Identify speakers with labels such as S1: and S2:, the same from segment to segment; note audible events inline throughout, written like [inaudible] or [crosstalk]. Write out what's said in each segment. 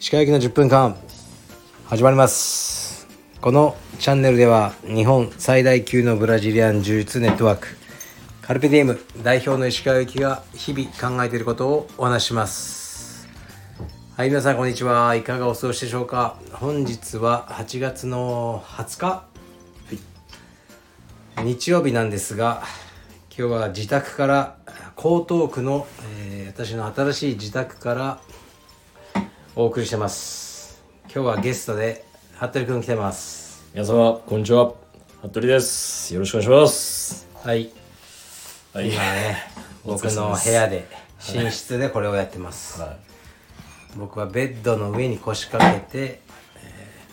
S1: 石川行きの10分間始まりますこのチャンネルでは日本最大級のブラジリアン柔術ネットワークカルペディエム代表の石川行きが日々考えていることをお話ししますはい皆さんこんにちはいかがお過ごしでしょうか本日は8月の20日日曜日なんですが今日は自宅から江東区の、えー私の新しい自宅からお送りしてます今日はゲストで服部君来てます
S2: 皆様こんにちは服部ですよろしくお願いします
S1: はい
S2: はい
S1: 今ね
S2: お疲
S1: 僕
S2: れ様
S1: の
S2: です
S1: 部屋で寝室でこれをやってます、僕はベッドの上に腰掛けて、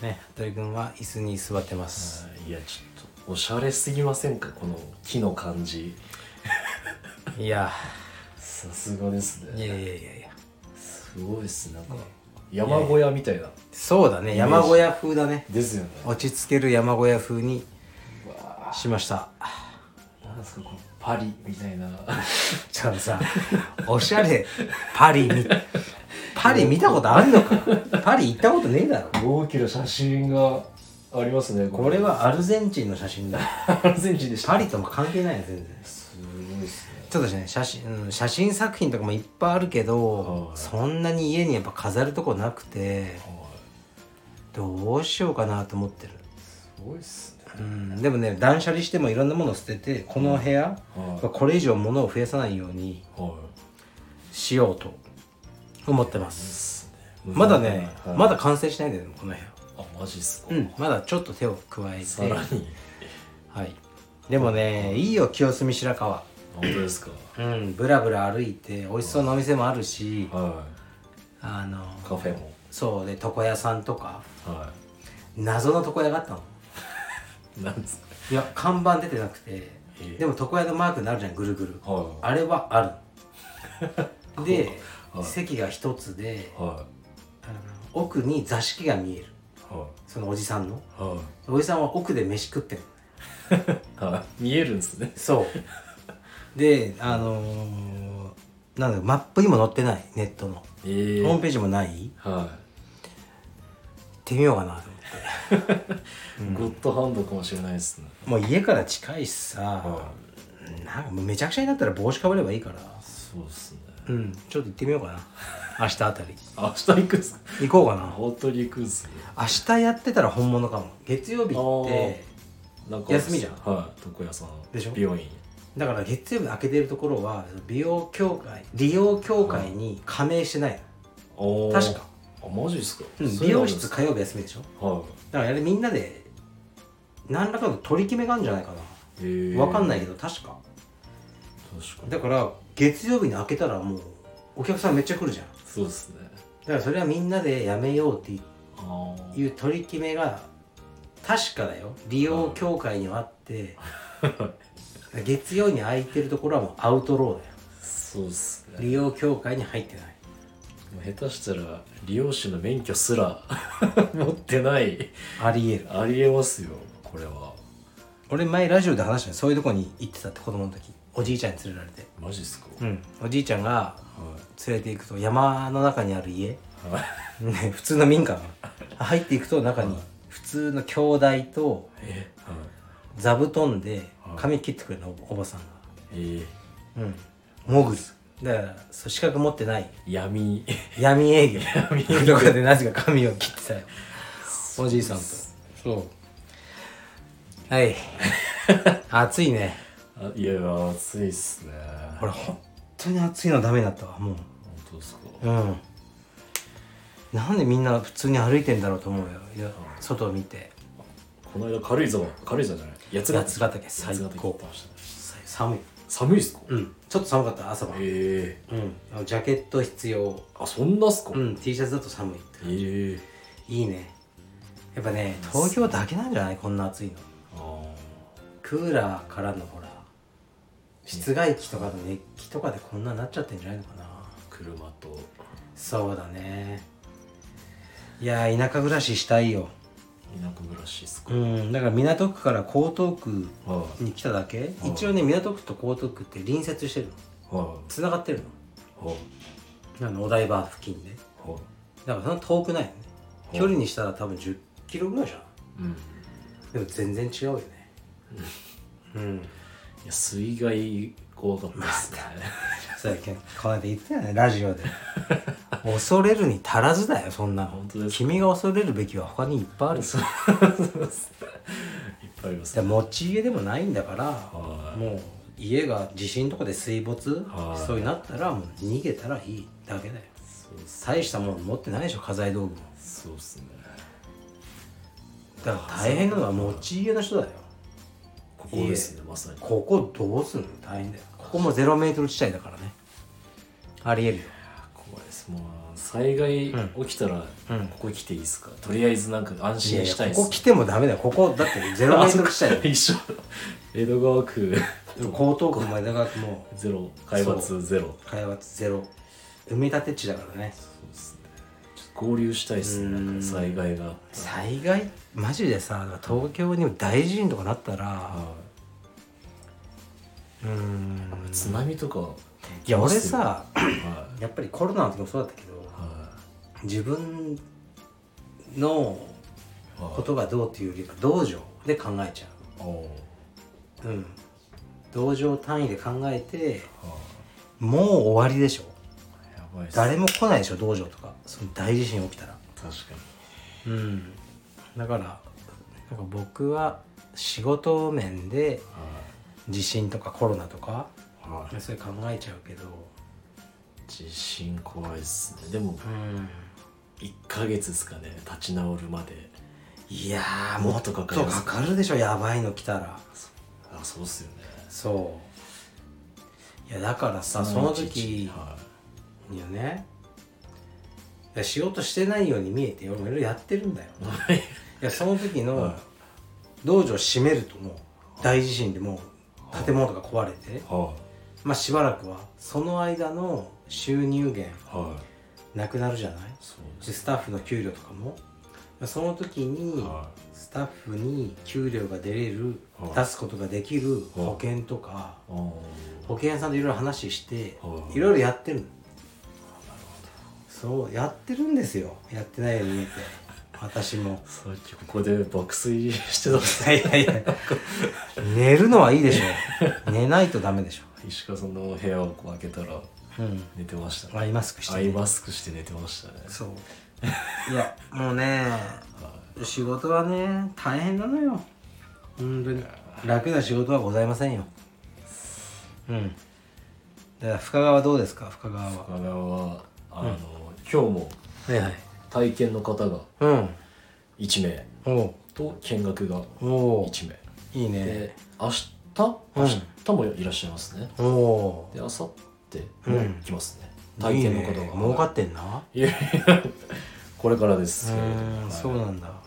S1: えーね、服部君は椅子に座ってます、
S2: いやちょっとおしゃれすぎませんかこの木の感じ
S1: い、や
S2: さすがです
S1: いや
S2: ね
S1: いやいやいや
S2: すごいですなんか山小屋みたいな
S1: そうだね山小屋風だね
S2: ですよね
S1: 落ち着ける山小屋風にしました
S2: なんですかこのパリみたい [laughs] な
S1: ちょっとさおしゃれパリみパリ見たことある [laughs] のかパリ行ったことねえだろ
S2: 大きな写真がありますね
S1: これはアルゼンチンの写真だ
S2: アルゼンチンでした
S1: パリとも関係ないよ全然
S2: すごいですね
S1: ちょっとね写真、うん写真作品とかもいっぱいあるけど
S2: はい
S1: そんなに家にやっぱ飾るとこなくてどうしようかなと思ってる
S2: すごいっすね
S1: うん、でもね断捨離してもいろんなものを捨ててこの部屋、
S2: はい
S1: これ以上物を増やさないように
S2: はい
S1: しようと思ってます
S2: すね
S1: まだね、
S2: はい
S1: まだ完成しないんだよねこの部屋
S2: あマジっすか
S1: うんまだちょっと手を加え
S2: さら
S1: て
S2: に
S1: はいでもねいいよ清澄白河
S2: 本当ですか
S1: うんブラブラ歩いて美味しそうなお店もあるし
S2: は
S1: あの
S2: いカフェも
S1: そうで床屋さんとか
S2: は
S1: 謎の床屋があったの
S2: いなんですか
S1: いや看板出てなくて
S2: え
S1: でも床屋のマークになるじゃんぐるぐる
S2: は
S1: あれはあ
S2: [laughs]
S1: るで
S2: はい
S1: 席が一つで
S2: いは
S1: あの奥に座敷が見える
S2: いは
S1: そのおじさんの
S2: いは
S1: おじさんは奥で飯食ってる
S2: いはい見えるんですね
S1: そう [laughs] であのーなんだろうマップにも載ってないネットの
S2: ええ
S1: ホームページもない行
S2: は
S1: ってみようかなと思って
S2: いゴッドハンドかもしれないですね
S1: もう家から近いしさなんかもうめちゃくちゃになったら帽子かぶればいいから
S2: そうっすね
S1: うんちょっと行ってみようか [laughs] な明日あたり
S2: 明日行くんすか
S1: 行こうかな
S2: 本当に行くんすね
S1: 明日やってたら本物かも月曜日って
S2: なんか
S1: 休みじゃん
S2: はい床屋さん
S1: でしょ
S2: 美容院
S1: だから月曜日開けてるところは美容協会利用協会に加盟してない、
S2: おー
S1: 確か
S2: あマジっすか
S1: うん
S2: そう
S1: 美
S2: いうの
S1: 容
S2: あるんです
S1: 室
S2: か
S1: 火曜日休みでしょ
S2: は
S1: だからあれみんなで何らかの取り決めがあるんじゃないかない
S2: へえ
S1: 分かん
S2: ない
S1: ないけど確か
S2: 確かに
S1: だから月曜日に開けたらもうお客さんめっちゃ来るじゃんだ
S2: そうっすね
S1: からそれはみんなでやめようって
S2: あー
S1: いう取り決めが確かだよ利用協会にはあって月曜に空いてるところはもうアウトローだよ
S2: そうっすね
S1: 利用協会に入ってない
S2: もう下手したら利用士の免許すら [laughs] 持ってない
S1: ありえる
S2: ありえますよこれは
S1: 俺前ラジオで話したのそういうとこに行ってたって子供の時おじいちゃんに連れられて
S2: マジっすか、
S1: うんおじいちゃんが
S2: はい
S1: 連れて行くと山の中にある家、
S2: はい
S1: ね、普通の民家の入っていくと中に普通の兄弟と
S2: えはい
S1: 座布団で髪切ってくれるのおおばさん
S2: え
S1: がうんモグルだからそう資格持ってない
S2: ー、闇
S1: 闇営業
S2: 闇営
S1: どこでなぜか髪を切ってたよおじいさんとそうはい [laughs] 暑いね
S2: あいや暑いっすね
S1: 俺本当に暑いのダメだったわも
S2: 本当ですか、
S1: ううんなんでみんな普通に歩いてんだろうと思うよいや外を見て
S2: この間軽井沢軽井沢じゃない八ヶ
S1: 八ヶ岳
S2: 八ヶ
S1: 最
S2: 岳行っ
S1: 高
S2: てましたね
S1: さ寒い
S2: 寒いっすか、
S1: うんちょっと寒かった朝晩
S2: え
S1: うんジャケット必要
S2: ー、あそんなっすか、
S1: う
S2: え
S1: ん T シャツだと寒い
S2: えー、
S1: いいねやっぱね東京だけなんじゃないこんな暑いの
S2: あ
S1: クーラーからのほら室外機とかの熱気とかでこんなになっちゃってんじゃないのかな
S2: ー車と
S1: そうだねいやー田舎暮らししたいよ
S2: 田舎暮らしっすか、
S1: うんだから港区から江東区
S2: はい
S1: に来ただけ
S2: はい
S1: 一応ね港区と江東区って隣接してるの
S2: はい
S1: つながってる
S2: はい
S1: のあのお台場付近で
S2: はい
S1: だからそんな遠くないよね距離にしたら多分1 0キロぐらいじゃん
S2: うん
S1: でも全然違うよねうん
S2: いや水害怖かったですね、
S1: そうやけんこの間言ってたよねラジオ
S2: [laughs]
S1: で恐れるに足らずだよそんなの
S2: 本当ですか
S1: 君が恐れるべきは他にいっぱいある
S2: そうそう [laughs] ですいっぱいあります
S1: で
S2: ね
S1: 持ち家でもないんだから、
S2: はい
S1: もう家が地震とかで水没
S2: はい
S1: しそうになったらもう逃げたらいいだけだよ
S2: そうです
S1: 大したもの持ってないでしょ家財道具も
S2: そうですね
S1: だから大変なのは持ち家の人だよ
S2: ここですねまさに
S1: ここどうすんの大変だよここも0メートル地帯だからねありえるよ
S2: 怖いですもう災害起きたら、
S1: うん
S2: ここ来ていいですかとりあえずなんか安心したい
S1: やや
S2: です
S1: ここ来てもダメだよここだって0メートル地帯だ
S2: [laughs]
S1: よ
S2: 一緒江戸川区 [laughs]
S1: 江東区前田川区も
S2: ゼロ海抜ゼロ
S1: 開発ゼロ埋め立て地だからね
S2: そうですねちょっと合流したいですねなんか災害があったら
S1: 災害マジでさ東京にも大地震とかなったら
S2: は
S1: うーん
S2: い津波とか
S1: いや俺さ
S2: は
S1: やっぱりコロナの時もそうだったけど
S2: いは
S1: 自分の
S2: いはい
S1: ことがどうっていうよりか道場で考えちゃ
S2: おおは
S1: ううん道場単位で考えてもう終わりでしょ
S2: いやばいっす
S1: 誰も来ないでしょ道場とかその大地震起きたら
S2: 確かに
S1: うんだからなんか僕は仕事面で
S2: は
S1: 地震とかコロナとか
S2: いはい
S1: それ考えちゃうけど
S2: 地震怖いっすねでも
S1: うん
S2: 1ヶ月ですかね立ち直るまで
S1: いやー
S2: も
S1: も
S2: っ
S1: っ
S2: と
S1: と
S2: か
S1: か
S2: かります
S1: かるでしょやばいの来たら
S2: あそうっすよね
S1: そういやだからさその時
S2: は
S1: にはねいや仕事してないように見えて俺もいろいろやってるんだよ
S2: いはい
S1: いやその時の道場閉めるともう大地震でもう建物とか壊れて
S2: は
S1: まあしばらくはその間の収入源
S2: いはい
S1: なくなるじゃない
S2: そうです
S1: でスタッフの給料とかもまあその時に
S2: は
S1: スタッフに給料が出れる
S2: はい
S1: 出すことができる保険とか
S2: いお
S1: 保険屋さんといろいろ話して
S2: はい
S1: いろいろやってるのそうやってるんですよやってないように見えて私も
S2: さっきここで爆睡してたっす
S1: いやいや寝るのはいいでしょ寝ないとダメでし
S2: [laughs] 石川さんの部屋をこう開けたら
S1: ょうん
S2: 寝てましたね
S1: アイマスクして
S2: ア
S1: ね
S2: イマスクして寝てましたね
S1: そう [laughs] いやもうね仕事はね大変なのよ本当に楽な仕事はございませんようんだから深川どうですか深川は
S2: あれはあの、今日も
S1: はいはい
S2: 体験の方が
S1: うん
S2: 1名
S1: お
S2: と見学が
S1: おお
S2: 1名
S1: いいね
S2: で明日明日もいらっしゃいますね、
S1: おお
S2: で明後日
S1: う
S2: も
S1: ん
S2: 来ますね、
S1: ー
S2: 体験の方
S1: いいね
S2: が
S1: 儲かってんない
S2: やいや [laughs] これからです
S1: う
S2: けれども
S1: ーんそうなんだ
S2: はい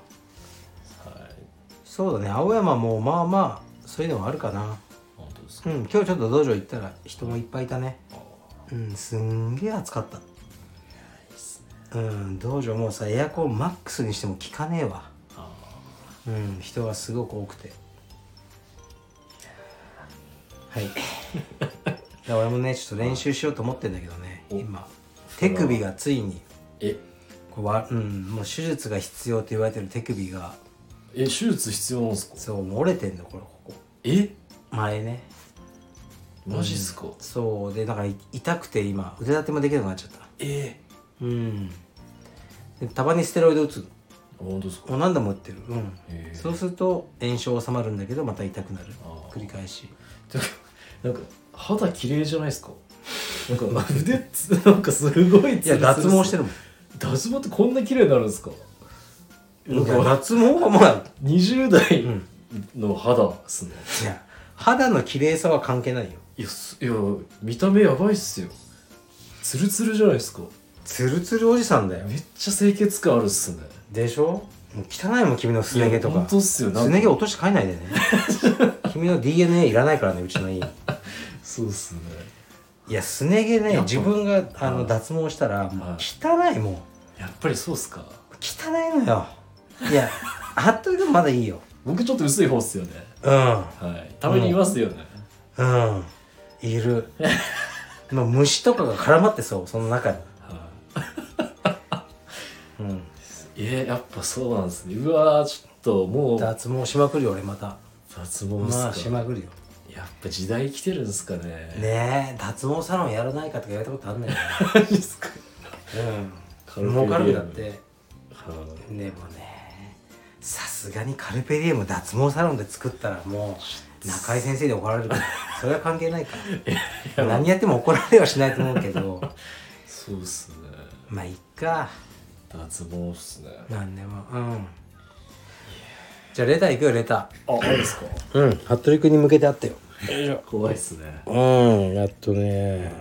S1: そうだね青山もまあまあそういうのもあるかな
S2: 本当ですか
S1: うん今日ちょっと道場行ったら人もいっぱいいたねうんすんげえ暑かったうん道場もうさエアコンマックスにしても効かねえわ
S2: あ
S1: うん人がすごく多くてはいだ俺もねちょっと練習しようと思ってんだけどね
S2: お
S1: 今手首がついに
S2: ーえ
S1: こうわ、うん、もう手術が必要と言われてる手首が
S2: え手術必要なんですか
S1: そうもう折れてんのこれここ
S2: え
S1: 前ね
S2: マジっすか、
S1: そうでだからい痛くて今腕立てもできなくなっちゃった
S2: え
S1: うんでたまにステロイド打つ
S2: ー、本当ですか
S1: もう何度も打ってるうん
S2: え
S1: そうすると炎症収まるんだけどまた痛くなる
S2: あー
S1: 繰り返し
S2: てかなんか肌綺麗じゃないですかなんか腕つ [laughs] なんかすごい
S1: いや脱毛して
S2: る
S1: るもん
S2: 脱毛ってこんな綺麗になるんですかなん
S1: いや
S2: か
S1: 脱毛はまあ
S2: 20代の肌っすね、
S1: いや肌の綺麗さは関係ないよ
S2: いやすいや見た目やばいっすよツルツルじゃないですか
S1: ツルツルおじさんだよ
S2: めっちゃ清潔感あるっすね
S1: でしょもう汚いもん君のすね毛と
S2: いや
S1: か
S2: 本当っすよなんか
S1: すね毛落として帰ん [laughs] ないでね君の DNA いらないからねうちの家に
S2: そうっすね
S1: いやすね毛
S2: やっ
S1: ね
S2: ぱ
S1: 自分があの脱毛したらもう汚いもん
S2: やっぱりそうっすか
S1: 汚いのよいや服部君まだいいよ
S2: 僕ちょっと薄い方っすよね
S1: うん
S2: はいたまにいますよね、
S1: うんいる [laughs] もう虫とかが絡まってそうその中に
S2: はえー、やっぱそうなんですねうわーちょっともう
S1: 脱毛しまくるよ俺また
S2: 脱毛っすか、
S1: まあしまくるよ
S2: やっぱ時代来てるんですかね
S1: ねえ脱毛サロンやらないかとか言われたことあんないよね
S2: マジっすかカ
S1: う
S2: ルペディウ
S1: ん
S2: ム
S1: 儲かるんだって
S2: はい
S1: でもねさすがにカルペディウム脱毛サロンで作ったらもう中井先生で怒られる [laughs] からそれは関係ないから何やっても怒られはしないと思うけど [laughs]
S2: そうっすね
S1: まあいっか
S2: 脱毛っすね
S1: なんでもうんじゃあレター行くよレタ
S2: あ何ですか
S1: ーうん服部君に向けてあったよ
S2: [laughs] 怖いっすね
S1: うんやっとね
S2: はい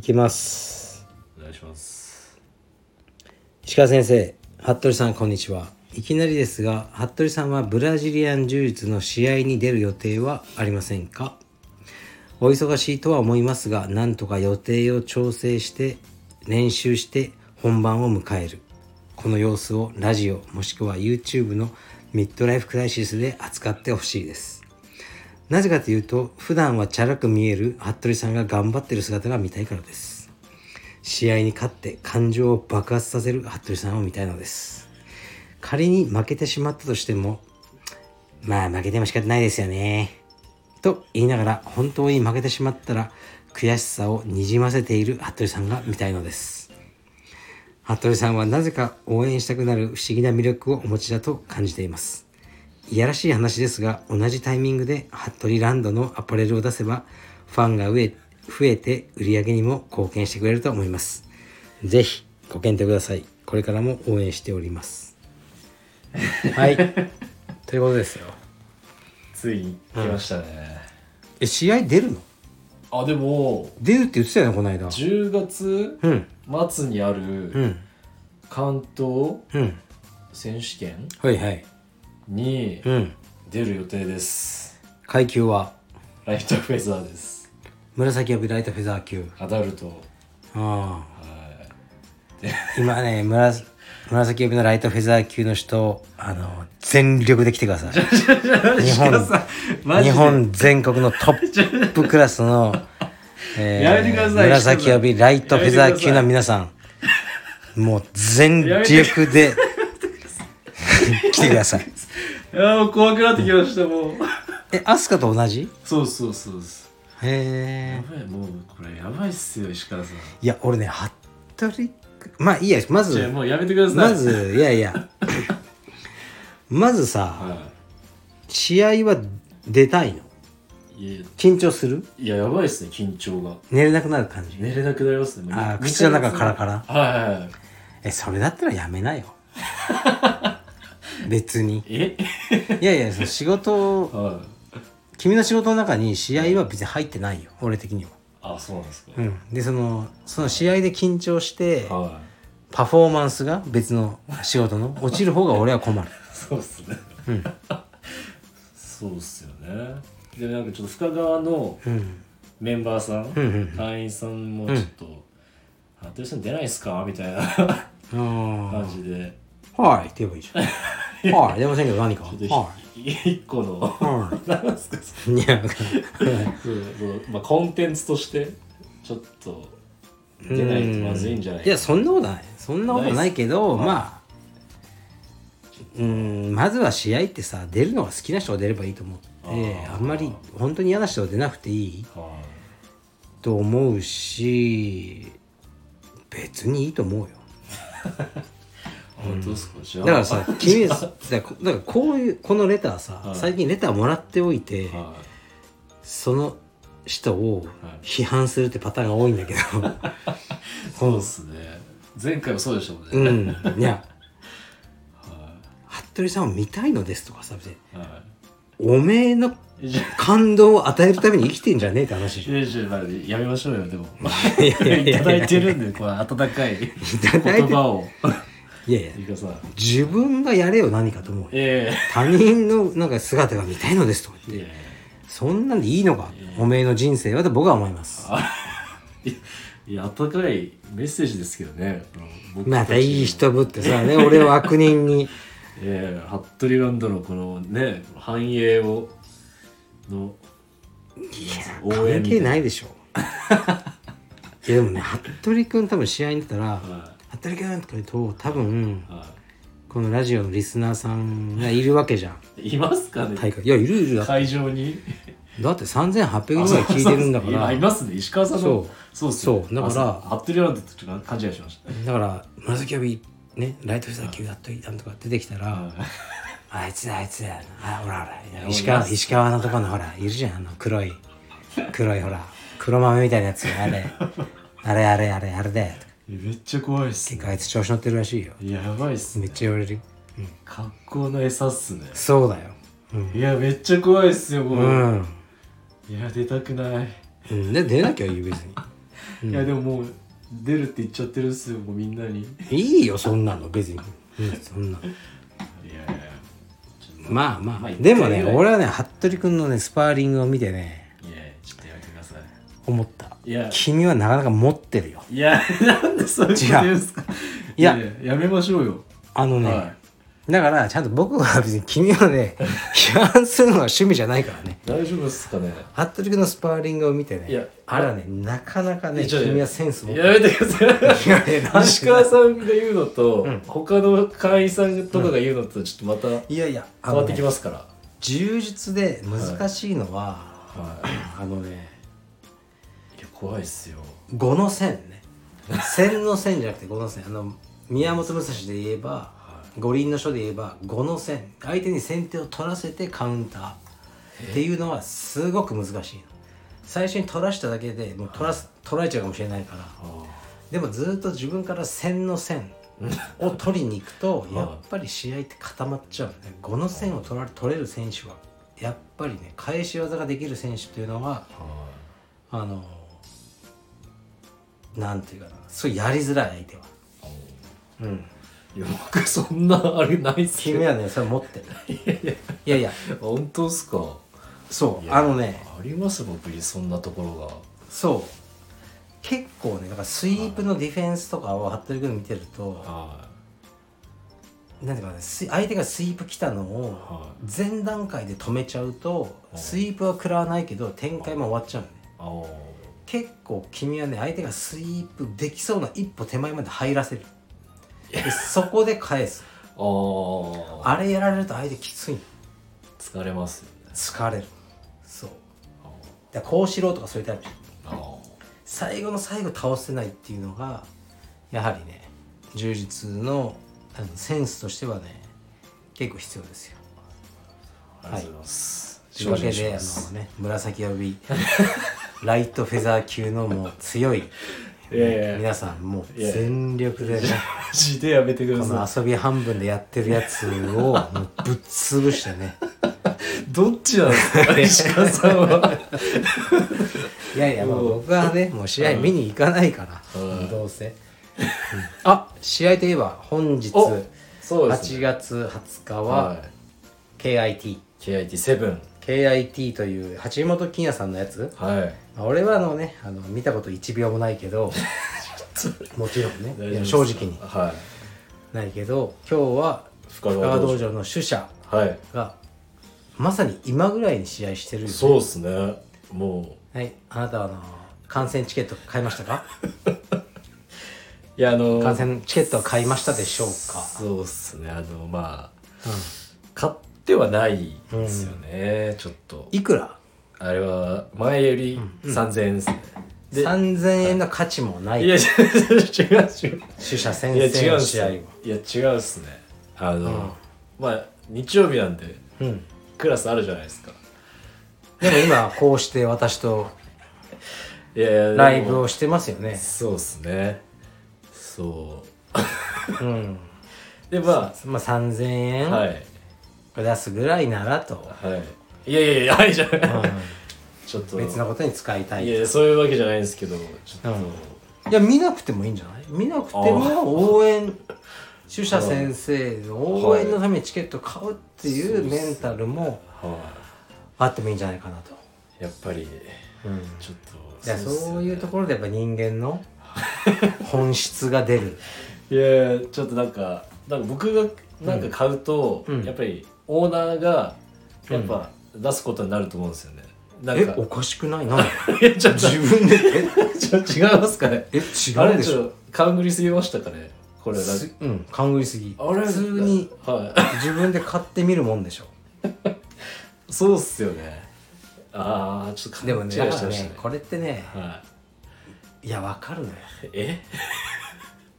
S1: 行きます
S2: お願いします
S1: 石川先生服部さんこんにちはいきなりですが服部さんはブラジリアン柔術の試合に出る予定はありませんかお忙しいとは思いますがなんとか予定を調整して練習して本番を迎えるこの様子をラジオもしくは YouTube のミッドライフクライシスで扱ってほしいですなぜかというと普段はチャラく見える服部さんが頑張ってる姿が見たいからです試合に勝って感情を爆発させる服部さんを見たいのです仮に負けてしまったとしてもまあ負けても仕方ないですよねと言いながら本当に負けてしまったら悔しさをにじませている服部さんが見たいのです服部さんはなぜか応援したくなる不思議な魅力をお持ちだと感じていますいやらしい話ですが同じタイミングで服部ランドのアパレルを出せばファンが増え増えて売り上げにも貢献してくれると思いますぜひご検討くださいこれからも応援しております [laughs] はいということですよ
S2: ついに来ましたね、
S1: え試合出るの
S2: あでも
S1: 出るって言ってたよねこの間
S2: 10月
S1: うん
S2: 末にあ
S1: う
S2: る
S1: ん
S2: 関東
S1: うん
S2: 選手権
S1: はいはい
S2: に
S1: うん
S2: 出る予定です、
S1: 階級は
S2: ライトフェザーです
S1: 紫帯ライトフェザー級
S2: アダルト
S1: ああ
S2: はい
S1: 今ね紫紫帯のライトフェザー級の人あの全力で来てください日本
S2: マジ
S1: 日
S2: で
S1: 本全国のトップクラス
S2: [laughs]
S1: の、え
S2: やめてください
S1: 紫帯ライトフェザー級の皆さんもう全力で来てくださ
S2: [laughs]
S1: い
S2: いやもう怖くなってきましたもう
S1: えアスカと同じ
S2: そうそうそうです
S1: へえ
S2: やばいもうこれやばいっすよ石川さん
S1: いや俺ね服部まあいいやま
S2: じゃあ
S1: ず
S2: もうやめてください
S1: まずいやいやまずさ
S2: は
S1: 試合は出たいの
S2: いいや
S1: 緊張する
S2: いややばいっすね緊張が
S1: 寝れなくなる感じ
S2: 寝れなくなりますねもう
S1: あー
S2: に
S1: 口の中カラカラ
S2: はいはいはい
S1: えそれだったらやめなよ別に
S2: え
S1: いやいやその仕事
S2: [laughs] はい
S1: 君の仕事の中に試合は別に入ってないよ俺的には
S2: あそうなんですか、
S1: うんでそのその試合で緊張して
S2: は
S1: パフォーマンスが別の仕事の落ちる方が俺は困る
S2: いそうっすね、 [laughs] そうっすよねでなんかちょっと深川の
S1: うん
S2: メンバーさん、
S1: うんうん
S2: 会員さんもちょっと「服部さん出ないっすか?」みた [laughs] いな
S1: あ
S2: 感じで
S1: あはいって言えばいいじゃんはい出ませんけど何かは
S2: ちょ
S1: い
S2: っとひ一個の [laughs]
S1: は
S2: 何ですかそ
S1: いいや
S2: のそのまあ、コンテンツとしてちょっと出ないとまずいんじゃない
S1: いやそんなことないそんなことないけどまあうんまずは試合ってさ出るのが好きな人が出ればいいと思って
S2: あ
S1: あ
S2: ー
S1: んまり本当に嫌な人は出なくていい
S2: はい
S1: と思うし別にいいと思うよ
S2: 本当ですかじゃあ
S1: だからさ
S2: はい
S1: 君だからこだからこういうこのレターさ、
S2: はい
S1: 最近レターもらっておいて、その人を批判するってパターンが多いんだけど、
S2: そうっすね前回もそうでしたもんね、
S1: うんいや
S2: は
S1: 服部さんを見たいのですとかさ別に
S2: いは
S1: おめえ
S2: [laughs]
S1: の
S2: いじゃあ
S1: 感動を与えるために生きてんじゃねえって話じゃん
S2: いやいやまあやめましょうよでも
S1: い
S2: い
S1: やいやいや
S2: ただいてるんでこの温かい
S1: ただいて
S2: 言葉を
S1: いやいや
S2: いいかさん
S1: 自分がやれよ何かと思うよ
S2: え
S1: 他人のなんか姿が見たいのですとか
S2: え
S1: 言
S2: い
S1: っ
S2: や
S1: てそんなんでいいのかおめえの人生はと僕は思います
S2: いや温かいメッセージですけどね僕
S1: ま
S2: たち
S1: たいい人ぶってさね俺を悪人
S2: [laughs]
S1: に
S2: ええ服部ランドのこのね繁栄をの応援
S1: 関係ないでしょいやでもね服部君多分試合に出たら
S2: は
S1: 「服部君」とか言うと多分
S2: いは
S1: このラジオのリスナーさんがいるわけじゃん
S2: いますかね
S1: 大会いやいるいるだ
S2: 会場に
S1: だって3800人ぐらい聞いてるんだか
S2: 今
S1: ら
S2: いますね石川さん
S1: そ
S2: の
S1: う
S2: そうですよ
S1: そうだから
S2: あハットリランドとちょっと勘違いしまし
S1: だ
S2: た
S1: から紫帯ねライトフィザー級やっといたんとか出てきたら、あいつだあいつだあほらほら石川石川のとこのほらいるじゃんあの黒い黒いほら黒豆みたいなやつあ [laughs] れあれあれあれあれだよ
S2: えめっちゃ怖いっす
S1: 結構あいつ調子乗ってるらしいよ
S2: やばいっす
S1: めっ
S2: ね
S1: ちゃ言われるよ
S2: 格好の餌っすね
S1: そうだよ
S2: いやめっちゃ怖いっすよこれ、
S1: うん、
S2: いや出たくない、
S1: うん、で出なきゃいいよ別に
S2: いやでももう出るって言っちゃってるっすよもうみんなにい
S1: いいよそんなの別に、うん、そんな
S2: やいやちょっと
S1: まあまあ、
S2: まあ
S1: でもね
S2: 一回ぐらい
S1: 俺はね服部君のねスパーリングを見てね
S2: いやちょっとやめてください
S1: 思った
S2: いや
S1: 君はなかなか持ってるよ
S2: いやなんでそういうこと言うんすか
S1: いや
S2: ややめましょうよ
S1: あのね、
S2: は
S1: だからちゃんと僕は別に君を
S2: [laughs]
S1: ね批判するのが趣味じゃないからね
S2: 大丈夫っすかね
S1: 服部君のスパーリングを見てね
S2: いや
S1: あらねなかなかね
S2: いや
S1: 君はセンス持って
S2: やめてください
S1: いやいやなんで
S2: 石川さんが言うのと、他の会員さんとかが言うのとちょっとまた
S1: いやいやあ
S2: 変
S1: の
S2: わ
S1: ね
S2: ってきますから、
S1: 柔術で難しいのは、
S2: はい、あのねいや怖いっすよ
S1: 五の線ね線の線じゃなくて五の線あの宮本武蔵で言えば、五輪の書で言えば五の線相手に先手を取らせてカウンターっていうのはすごく難しいの最初に取らしただけでもう取らす取られちゃうかもしれないからでもずっと自分から線の線を取りに行くとやっぱり試合って固まっちゃうのね五の線を取られ取れる選手はやっぱりね返し技ができる選手っていうのはあのなんていうかなすごいやりづらい相手はうん
S2: いや僕そんなあれないっすよ
S1: 君はねそれ持ってるいやいや
S2: 本当っすか
S1: そう
S2: いや
S1: あのね
S2: あります僕にそんなところが
S1: そう結構ねだからスイープのディフェンスとかを服部君見てると
S2: は
S1: なんていうかねスイ相手がスイープ来たのを
S2: は
S1: 前段階で止めちゃうとスイープは食らわないけど展開も終わっちゃうのね
S2: いあー
S1: 結構君はね相手がスイープできそうな一歩手前まで入らせるでそこで返す
S2: あー
S1: あれやられると相手きついの
S2: 疲れますよね
S1: 疲れるそう
S2: あ
S1: だからこうしろとかそういうタイプ
S2: ーあ
S1: 最後の最後倒せないっていうのがやはりね柔術のあのセンスとしてはね結構必要ですよ
S2: ーありがとうございます、
S1: というわけ
S2: 精進し
S1: で
S2: ま
S1: あ
S2: す
S1: のね紫帯 [laughs] ライトフェザー級のもう強い
S2: いやいやいや
S1: 皆さんもう
S2: いやいや
S1: 全力でね
S2: マジでやめてくだ
S1: この
S2: さ
S1: 遊び半分でやってるやつをもうぶっ潰してね
S2: い。どっちなんですか、石川さん
S1: [laughs]
S2: は。
S1: いやいや、まあ、僕はねもう試合見に行かないから、
S2: うん
S1: どうせ、あ試合といえば本日
S2: おそうです
S1: 8
S2: ね。
S1: 月20日は
S2: は
S1: KIT、
S2: い。KIT7。
S1: KIT という橋本金也さんのやつ、
S2: はい。
S1: まあ、俺はあのねあの見たこと1秒もないけ
S2: [laughs]
S1: どもちろんね
S2: 大
S1: い
S2: 丈夫
S1: や
S2: です
S1: 正直に
S2: は
S1: ないけど今日は
S2: 深
S1: 深
S2: 川道場
S1: 川道場の主者
S2: い。はい。
S1: がまさに今ぐらいに試合してるよね
S2: そうですね。も
S1: はいあなたはあの観戦チケット買いましたか
S2: う。いや、あの。
S1: 観戦チケットは買いましたでしょうか
S2: そうですね。あの、まあ。買ってはないですよね。ちょっと。
S1: いくら
S2: あれは、前より3000円ですね。で。
S1: 3000円の価値もない
S2: や、違う、違う、違う。
S1: 取捨
S2: いや
S1: 先生
S2: 違う
S1: の
S2: っ
S1: 試
S2: す
S1: 合
S2: ねいや違うっすねあの、まあ日曜日なんで
S1: を、うん、
S2: クラスあるじゃないですか
S1: でも今こうして私と
S2: いやいや
S1: ライブを
S2: し
S1: してますよね
S2: そうっすねそう
S1: うん
S2: [laughs] でま
S1: まあ3000
S2: あ
S1: 円
S2: はい
S1: 出すぐらいならと、
S2: はいいやいやいやはいじゃない、
S1: う
S2: [laughs] ちょっと
S1: ん、別のことに使いたい
S2: い
S1: い
S2: やい
S1: や
S2: やそういうわけじゃないんですけどちょっと、
S1: うん見なくてもいいんじゃない見なくても応援取捨先生の応援のためにチケット買うっていうメンタルも
S2: は
S1: あってもいいんじゃないかなと、
S2: いやっぱり
S1: うん、
S2: ちょっと
S1: いやそういうと
S2: こ
S1: ころでやっぱ人間の
S2: [laughs]
S1: 本質が出る
S2: いやいやちょっとなんかなんか僕がなんか買うと、
S1: うん
S2: やっぱりオーナーがやっぱ出すことになると思うんですよね、なん
S1: え
S2: か
S1: おかしくないなんで
S2: い [laughs] やちょっと
S1: 自分で
S2: ちょっと違いますかね
S1: [laughs] え違
S2: あ
S1: う
S2: れ
S1: でし
S2: ち
S1: ょ
S2: ょっと勘繰りすぎましたかねこれだ
S1: すうん勘ぐりすぎ
S2: あれ
S1: 普通に
S2: は
S1: 自分で買ってみるもんで
S2: [laughs]
S1: しょ
S2: いそうっすよねああちょっと
S1: でもね
S2: 勘
S1: だ
S2: 違い
S1: か
S2: して
S1: ら
S2: ました
S1: ねこれってね
S2: はい
S1: やわかるのよ
S2: いえ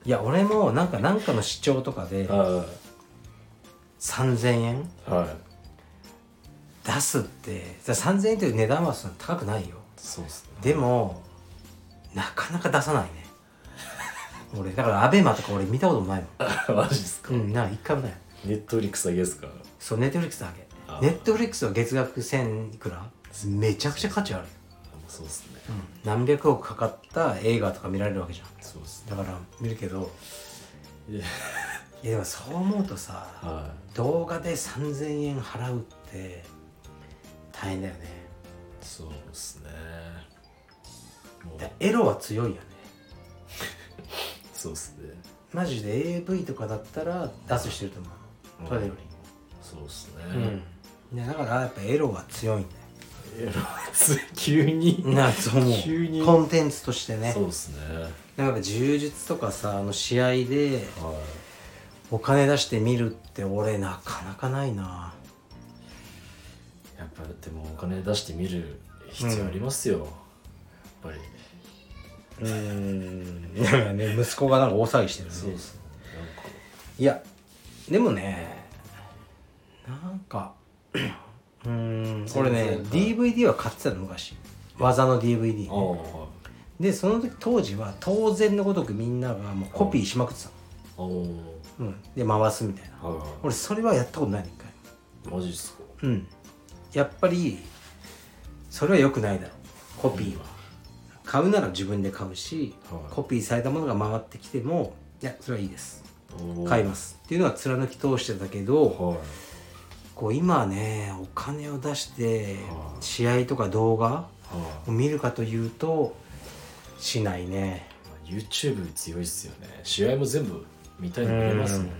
S1: いや俺もなんかなんかの主張とかで
S2: は
S1: 3000円
S2: いはい
S1: 出すってだから3000円という値段はそんな高くないよ
S2: そうっすね [laughs]
S1: でもなかなか出さないね俺だからアベマとか俺見たこともないもん
S2: あマジっすか、
S1: うんなんか一回もない
S2: ネットフリックスだけですか
S1: そうネットフリックスだ
S2: あ
S1: けネットフリックスは月額1000いくらめちゃくちゃ価値あるよ、
S2: そうっすね、
S1: うん、何百億かかった映画とか見られるわけじゃん
S2: そうっす
S1: だ
S2: ね
S1: から見るけど
S2: いや
S1: いやでもそう思うとさ
S2: は
S1: 動画で3000円払うって大変だよね
S2: いそうっすねもう
S1: だエロは強いよね
S2: そうっすね
S1: マジで AV とかだったら出すしてると思うそれよ
S2: そうっすね、
S1: りうん、ねだからやっぱエロは強いんだよ
S2: エロつ急に、
S1: [laughs] なそう思う
S2: 急に
S1: コンテンツとしてね
S2: そうっすねは
S1: なんか柔術とかさあの試合で
S2: い
S1: お金出して見るって俺なかなかないな
S2: やっぱでもお金出してみる必要ありますよ、やっぱり
S1: うーんなんかね息子がなんか大騒ぎしてるね
S2: そうっすねなんか
S1: いやでもねなんか [clears throat] うーん俺ね
S2: 全然
S1: DVD は買ってたの昔技の DVD
S2: ああはい
S1: でその時当時は当然のごとくみんながもうコピーしまくってた
S2: あー
S1: の、うん、で回すみたいな
S2: はいは
S1: 俺それはやったことないね一回
S2: いマジっすか
S1: うんやっぱりそれは良くないだろうコピーは、買うなら自分で買うし、
S2: はい
S1: コピーされたものが回ってきてもいやそれはいいです
S2: おー
S1: 買いますっていうのは貫き通してたけど、
S2: はい
S1: こう今はねお金を出して
S2: はい
S1: 試合とか動画
S2: はい
S1: を見るかというとしないね
S2: YouTube 強いっすよね試合も全部見たいの見れますもんね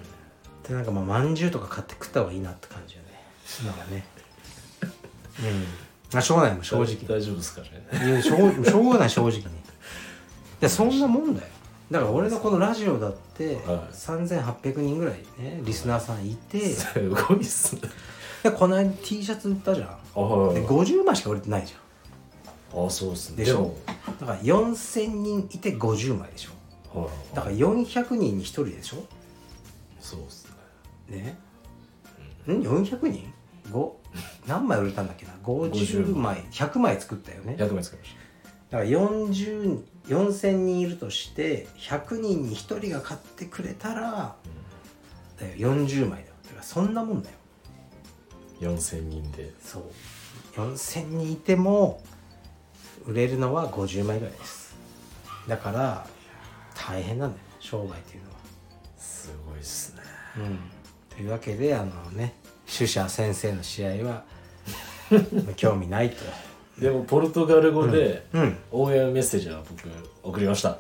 S1: でなんかまあまんじゅうとか買って食った方がいいなって感じよねなんかね
S2: [laughs]
S1: うんあしょうがないもん正直
S2: 大丈夫ですかね
S1: いやしょうしょうがない正直にいやそんなもんだよだから俺のこのラジオだって
S2: はい
S1: 3800人ぐらいねリスナーさんいて
S2: すごいっすね
S1: でこの間 T シャツ売ったじゃん
S2: あはい
S1: で50枚しか売れてないじゃん
S2: あそうっすね
S1: でしょだから4000人いて50枚でしょ
S2: でもはい
S1: だから400人に1人でしょ
S2: そうっすね
S1: ねん400人 ?5 何枚売れたんだっけな50枚100枚作ったよねだか
S2: 100枚使いまし
S1: ら40 4000人いるとして100人に1人が買ってくれたらだよ40枚だよだからそんなもんだよ
S2: た4000人で
S1: そう4000人いても売れるのは50枚ぐらいですだから大変なんだよ商売っていうのは
S2: すごいっすね
S1: うん、というわけであのね主者先生の試合 [laughs] は興味ないと
S2: でもポルトガル語で
S1: うん
S2: 応援メッセージは僕送りました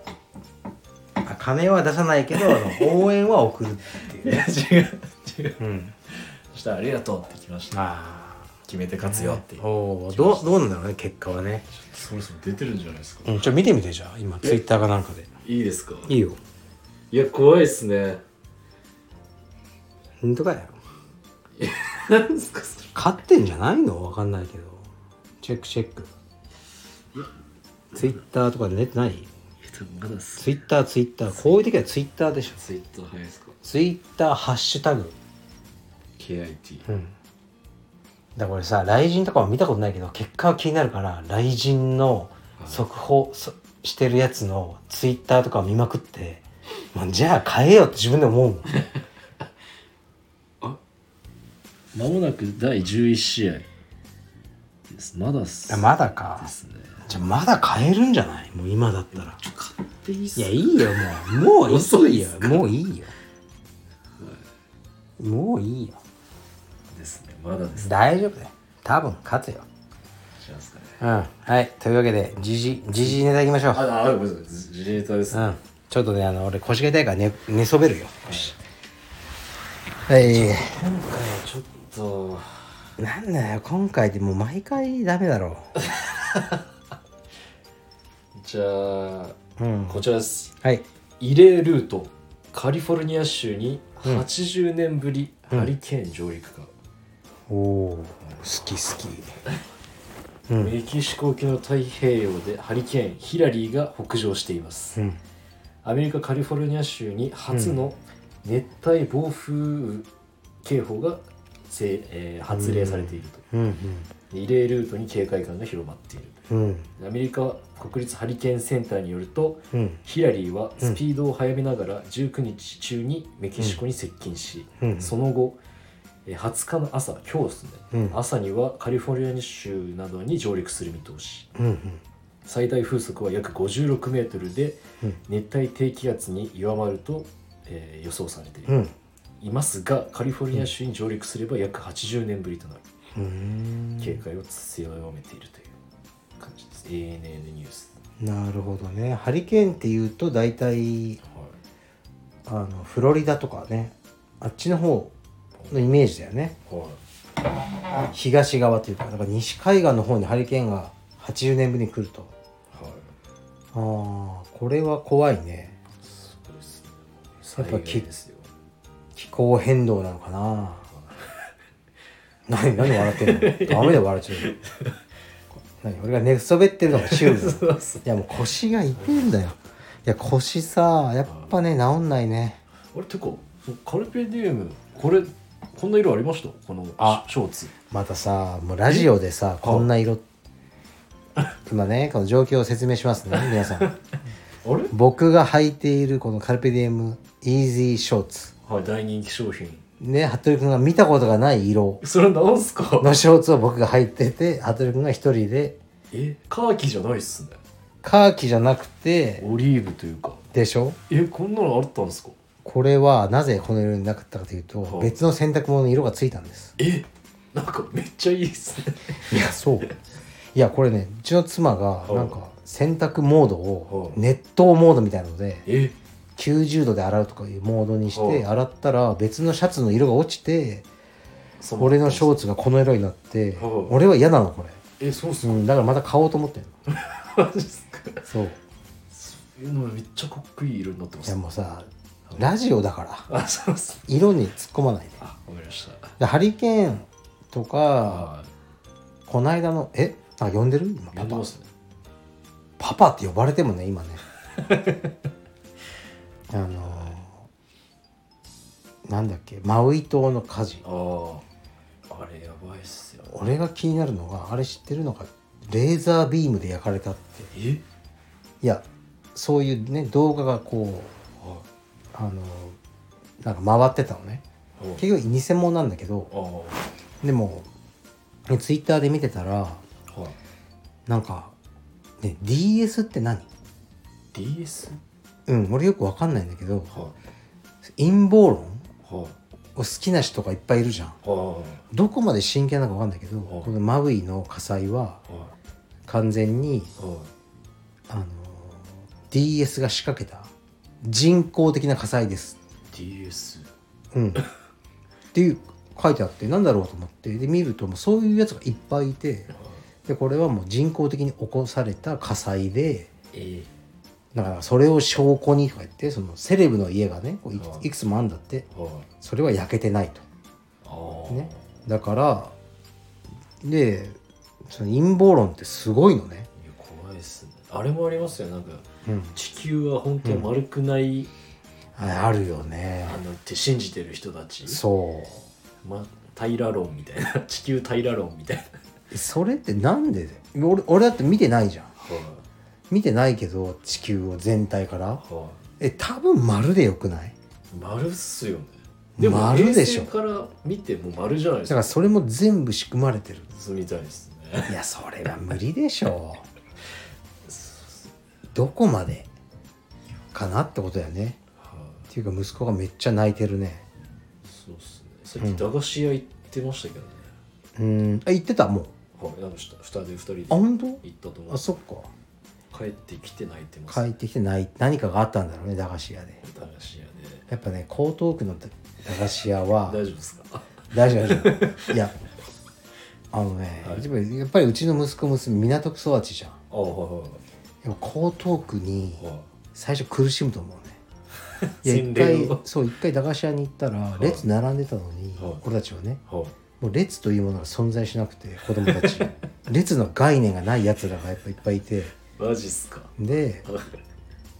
S1: あ金は出さないけどあの応援は送るっていう
S2: いや [laughs] 違う違う
S1: うん
S2: そしたら「ありがとう」って来ました
S1: [laughs] あ
S2: 決めて勝つよって
S1: あおおどうどうなんだろうね結果はね、
S2: そろそろ出てるんじゃないですか
S1: うん、ちょ見てみてじゃあ今ツイッターかなんかで
S2: いいですか
S1: いいよ
S2: いや怖いっすね
S1: 本当かよ
S2: 何ですかそれ
S1: 勝ってんじゃないのわかんないけどチェックチェックツイッターとかで出てない
S2: まだっす
S1: ツイッターツイッターこういう時はツイッターでしょ
S2: ツイッター早いですか
S1: ツイッターハッシュタグ
S2: KIT
S1: うんだからこれさ雷神とかも見たことないけど結果は気になるから雷神の速報そしてるやつのツイッターとかを見まくって、まあ、じゃあ変えようって自分で思うもん
S2: まもなく第11試合ですまだっす
S1: あまだか
S2: ですね
S1: じゃあまだ変えるんじゃないもう今だったら
S2: 勝手にっす
S1: いやいいよもうもう
S2: 遅
S1: いい
S2: いっ
S1: よ
S2: す
S1: もういいよもういいよ
S2: ですねまだです
S1: 大丈夫だよ多分勝つよ
S2: じゃあっすかね
S1: うんはいというわけでじじじじネタいきましょう
S2: ああごめんなさいジジネタです
S1: う
S2: ね
S1: ん、ちょっとねあの俺腰が痛いから寝寝そべるよはい、
S2: 今回はちょっと
S1: なんだよ今回でもう毎回ダメだろ
S2: じゃあ
S1: う、うん、
S2: こちらです
S1: はい
S2: 異例ルートカリフォルニア州に80年ぶりハリケーン上陸か、
S1: おお好き好きうん
S2: メキシコ沖の太平洋でハリケーンヒラリーが北上しています、
S1: うん
S2: アメリカ・カリフォルニア州に初の熱帯暴風雨警報がせ、えー発令されていると、
S1: うん
S2: 異例ルートに警戒感が広まっている
S1: うんうん
S2: アメリカ国立ハリケーンセンターによると
S1: うん
S2: ヒラリーはスピードを速めながら19日中にメキシコに接近し、
S1: うん
S2: その後えー20日の朝今日ですね、
S1: うん
S2: 朝にはカリフォルニア州などに上陸する見通し
S1: うん
S2: 最大風速は約56メートルで
S1: うん
S2: 熱帯低気圧に弱まると、えー予想されてい,、
S1: うん
S2: ますがカリフォルニア州に上陸すれば約80年ぶりとなる
S1: うん
S2: 警戒を強めているという感じです ANN ニュース、
S1: なるほどねハリケーンっていうと大体あのフロリダとかねあっちの方のイメージだよね
S2: はい
S1: 東側というかだから西海岸の方にハリケーンが80年ぶりに来ると
S2: はい
S1: ああこれは怖いね
S2: そうですね
S1: やっぱ
S2: 災害ですよ
S1: 気候変動なのかな [laughs] 何何笑
S2: [laughs]
S1: ってんのダメだよ笑っちゃう何俺が寝そべってるのがシューズ
S2: [laughs] そうそう
S1: いやもう腰が痛えんだよいや腰さやっぱね治んないね
S2: あれてかカルペディウムこれこんな色ありましたこの
S1: あ
S2: ショーツ
S1: またさもうラジオでさこんな色今ねこの状況を説明します [laughs] ね皆さん
S2: あれ
S1: 僕が履いているこのカルペディエムイージーショーツ
S2: はい大人気商品
S1: ね服部君が見たことがない色
S2: それなんすか
S1: のショーツを僕が履いてて服部君が一人で
S2: えカーキじゃないっすね
S1: カーキじゃなくて
S2: オリーブというか
S1: でしょ
S2: えこんなのあったんですか
S1: これはなぜこの色になかったかという
S2: は
S1: と
S2: い
S1: 別の洗濯物の色がついたんです
S2: えなんかめっちゃいいっすね
S1: いやそういやこれねうちの妻がなんか洗濯モードを
S2: はい
S1: 熱湯モードみたいなので
S2: え
S1: 90度で洗うとかいうモードにし
S2: はい
S1: て洗ったら別のシャツの色が落ちて
S2: そ
S1: 俺のショー
S2: ツ
S1: ツがこの色になって
S2: はい
S1: 俺は嫌なのこれ、
S2: えそうっす
S1: う
S2: か
S1: ん、だからまた買おうと思ってるの
S2: マジっすか
S1: そう
S2: そういうのめっちゃかっこいい色になってま
S1: いや
S2: す
S1: もうさラジオだから
S2: あそうっす
S1: 色に突っ込まないで
S2: あわかりました
S1: でハリケーンとか
S2: は
S1: こないだのえあ呼んでる今
S2: い呼
S1: パ
S2: んで
S1: パ
S2: ますね
S1: パパって呼ばれてもね
S2: [laughs]
S1: 今ねあのーなんだっけマウイ島の火事
S2: あああれやばいっすよ
S1: 俺が気になるのがあれ知ってるのかレーザービームで焼かれたって
S2: え
S1: いやそういうね動画がこう
S2: は
S1: あのーなんか回ってたのね
S2: いはい
S1: 結局偽物なんだけど
S2: あ
S1: でもツイッターで見てたら
S2: あはい
S1: なんか、ね、DS って何
S2: DS
S1: うん俺よくわかんないんだけど
S2: は
S1: 陰謀論
S2: いはい
S1: を好きな人がいっぱいいるじゃん
S2: は
S1: どこまで真剣なのかわかんないけどこのマウイの火災はい
S2: は
S1: 完全に、
S2: いはい
S1: あのー DS が仕掛けた人工的な火災です
S2: DS
S1: [laughs] うん、っていう書いてあってなんだろうと思ってで見るともうそういうやつがいっぱいいてでこれはもう人工的に起こされた火災で
S2: え
S1: だからそれを証拠にとか言ってそのセレブの家がねこうい
S2: ああ
S1: いくつもあんだって
S2: ー、はい
S1: それは焼けてない
S2: あ
S1: と
S2: あ
S1: ねだからでその陰謀論ってすごいのね、
S2: いや怖いっすねあれもありますよなんか
S1: うん、
S2: 地球は本当に丸くない、
S1: ああるよね
S2: あのって信じてる人たち、
S1: そ
S2: ま、平論みたいな [laughs] 地球平論みたいな、
S1: うそれってなんで俺俺だって見てないじゃん
S2: はい
S1: 見てないけど地球を全体から
S2: は
S1: え多分丸でよくない
S2: い丸っすよね
S1: 丸でしょ
S2: 衛星から見ても丸じゃないで
S1: だ
S2: す
S1: か
S2: から
S1: それも全部仕組まれてる
S2: そうみたいですね
S1: いやそれは無理でしょうどこまでかなってことだよね
S2: はい
S1: っていうか息子がめっちゃ泣いてるね
S2: そうっすね最近駄菓子屋行ってましたけどね、
S1: うんあ言ってたもう
S2: はいなんかした二人で二人で
S1: あ
S2: 行
S1: 本当
S2: ったと思
S1: あ
S2: う
S1: そっか
S2: 帰ってきて泣いてます
S1: 帰ってきてない何かがあったんだろうね駄菓子屋で
S2: 駄菓子屋で
S1: やっぱね江東区の駄菓子屋は
S2: 大丈夫ですか [laughs]
S1: 大丈夫大丈夫いやあのね、
S2: はい
S1: やっぱりやっぱりうちの息子娘港区育ちじゃん
S2: あはいはい
S1: やっぱ江東区に
S2: はいはい
S1: 最初苦しむと思うねいや
S2: 洗
S1: 一
S2: 礼
S1: 回
S2: を
S1: そう一回駄菓子屋に行ったら
S2: い
S1: 列並んでたのに、
S2: はい
S1: 俺たちはね
S2: はい
S1: もう列というものが存在しなくて子供
S2: [laughs]
S1: たち列の概念がないやつらがやっぱいっぱいいて
S2: マジっすか
S1: で
S2: は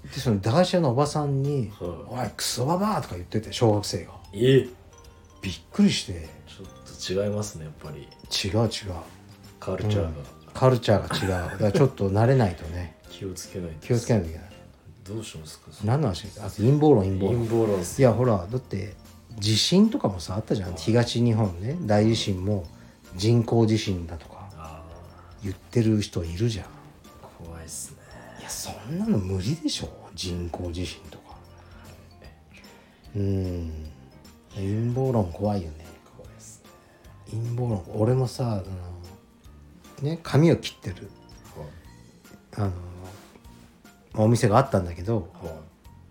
S2: い
S1: でその駄菓子屋のおばさんに「
S2: は
S1: おいクソババア!」とか言ってて小学生が
S2: え
S1: びっくりして
S2: ちょっと違いますねやっぱり
S1: 違う違う
S2: カルチャーが、
S1: カルチャーが違うだからちょっと慣れないと [laughs] ね
S2: 気をつけないと
S1: 気をつけないといけない
S2: どうしますか
S1: 何の話ですかあ陰謀論陰謀論
S2: 陰謀論っす
S1: いやほらだって地震とかもさあったじゃん東日本ね大地震も人工地震だとか
S2: あ
S1: 言ってる人いるじゃん
S2: ー怖いっすね
S1: いやそんなの無理でしょ人工地震とかうん陰謀論怖いよね
S2: 怖いっすね
S1: 陰謀論俺もさあのね髪を切ってるあのお店があったんだけど
S2: はいは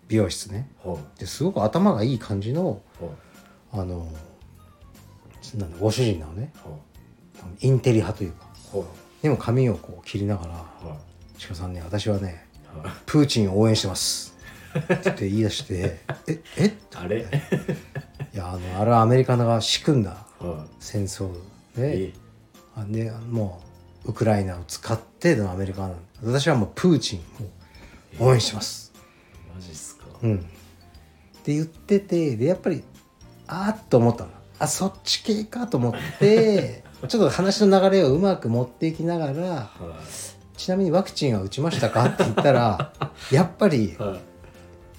S1: 美容室ね
S2: いはい
S1: ですごく頭がいい感じの
S2: はい
S1: あのなんだご主人なのね
S2: は
S1: インテリ派というか
S2: いはい
S1: でも髪をこう切りながら
S2: は
S1: 「鹿さんね私はね
S2: いはい
S1: プーチンを応援してます」って言い出して [laughs] 「ええ
S2: あれ
S1: いやあのあれはアメリカが仕組んだ
S2: は
S1: 戦争
S2: い
S1: で
S2: え
S1: あでもうウクライナを使ってのアメリカなんだ私はもうプーチンを応援してます」
S2: マジっすか
S1: うん、って言っててでやっぱりあーっと思ったのあそっち系かと思って
S2: [laughs]
S1: ちょっと話の流れをうまく持っていきながら
S2: はい
S1: ちなみにワクチンは打ちましたかって言った
S2: [laughs]
S1: らやっぱり
S2: は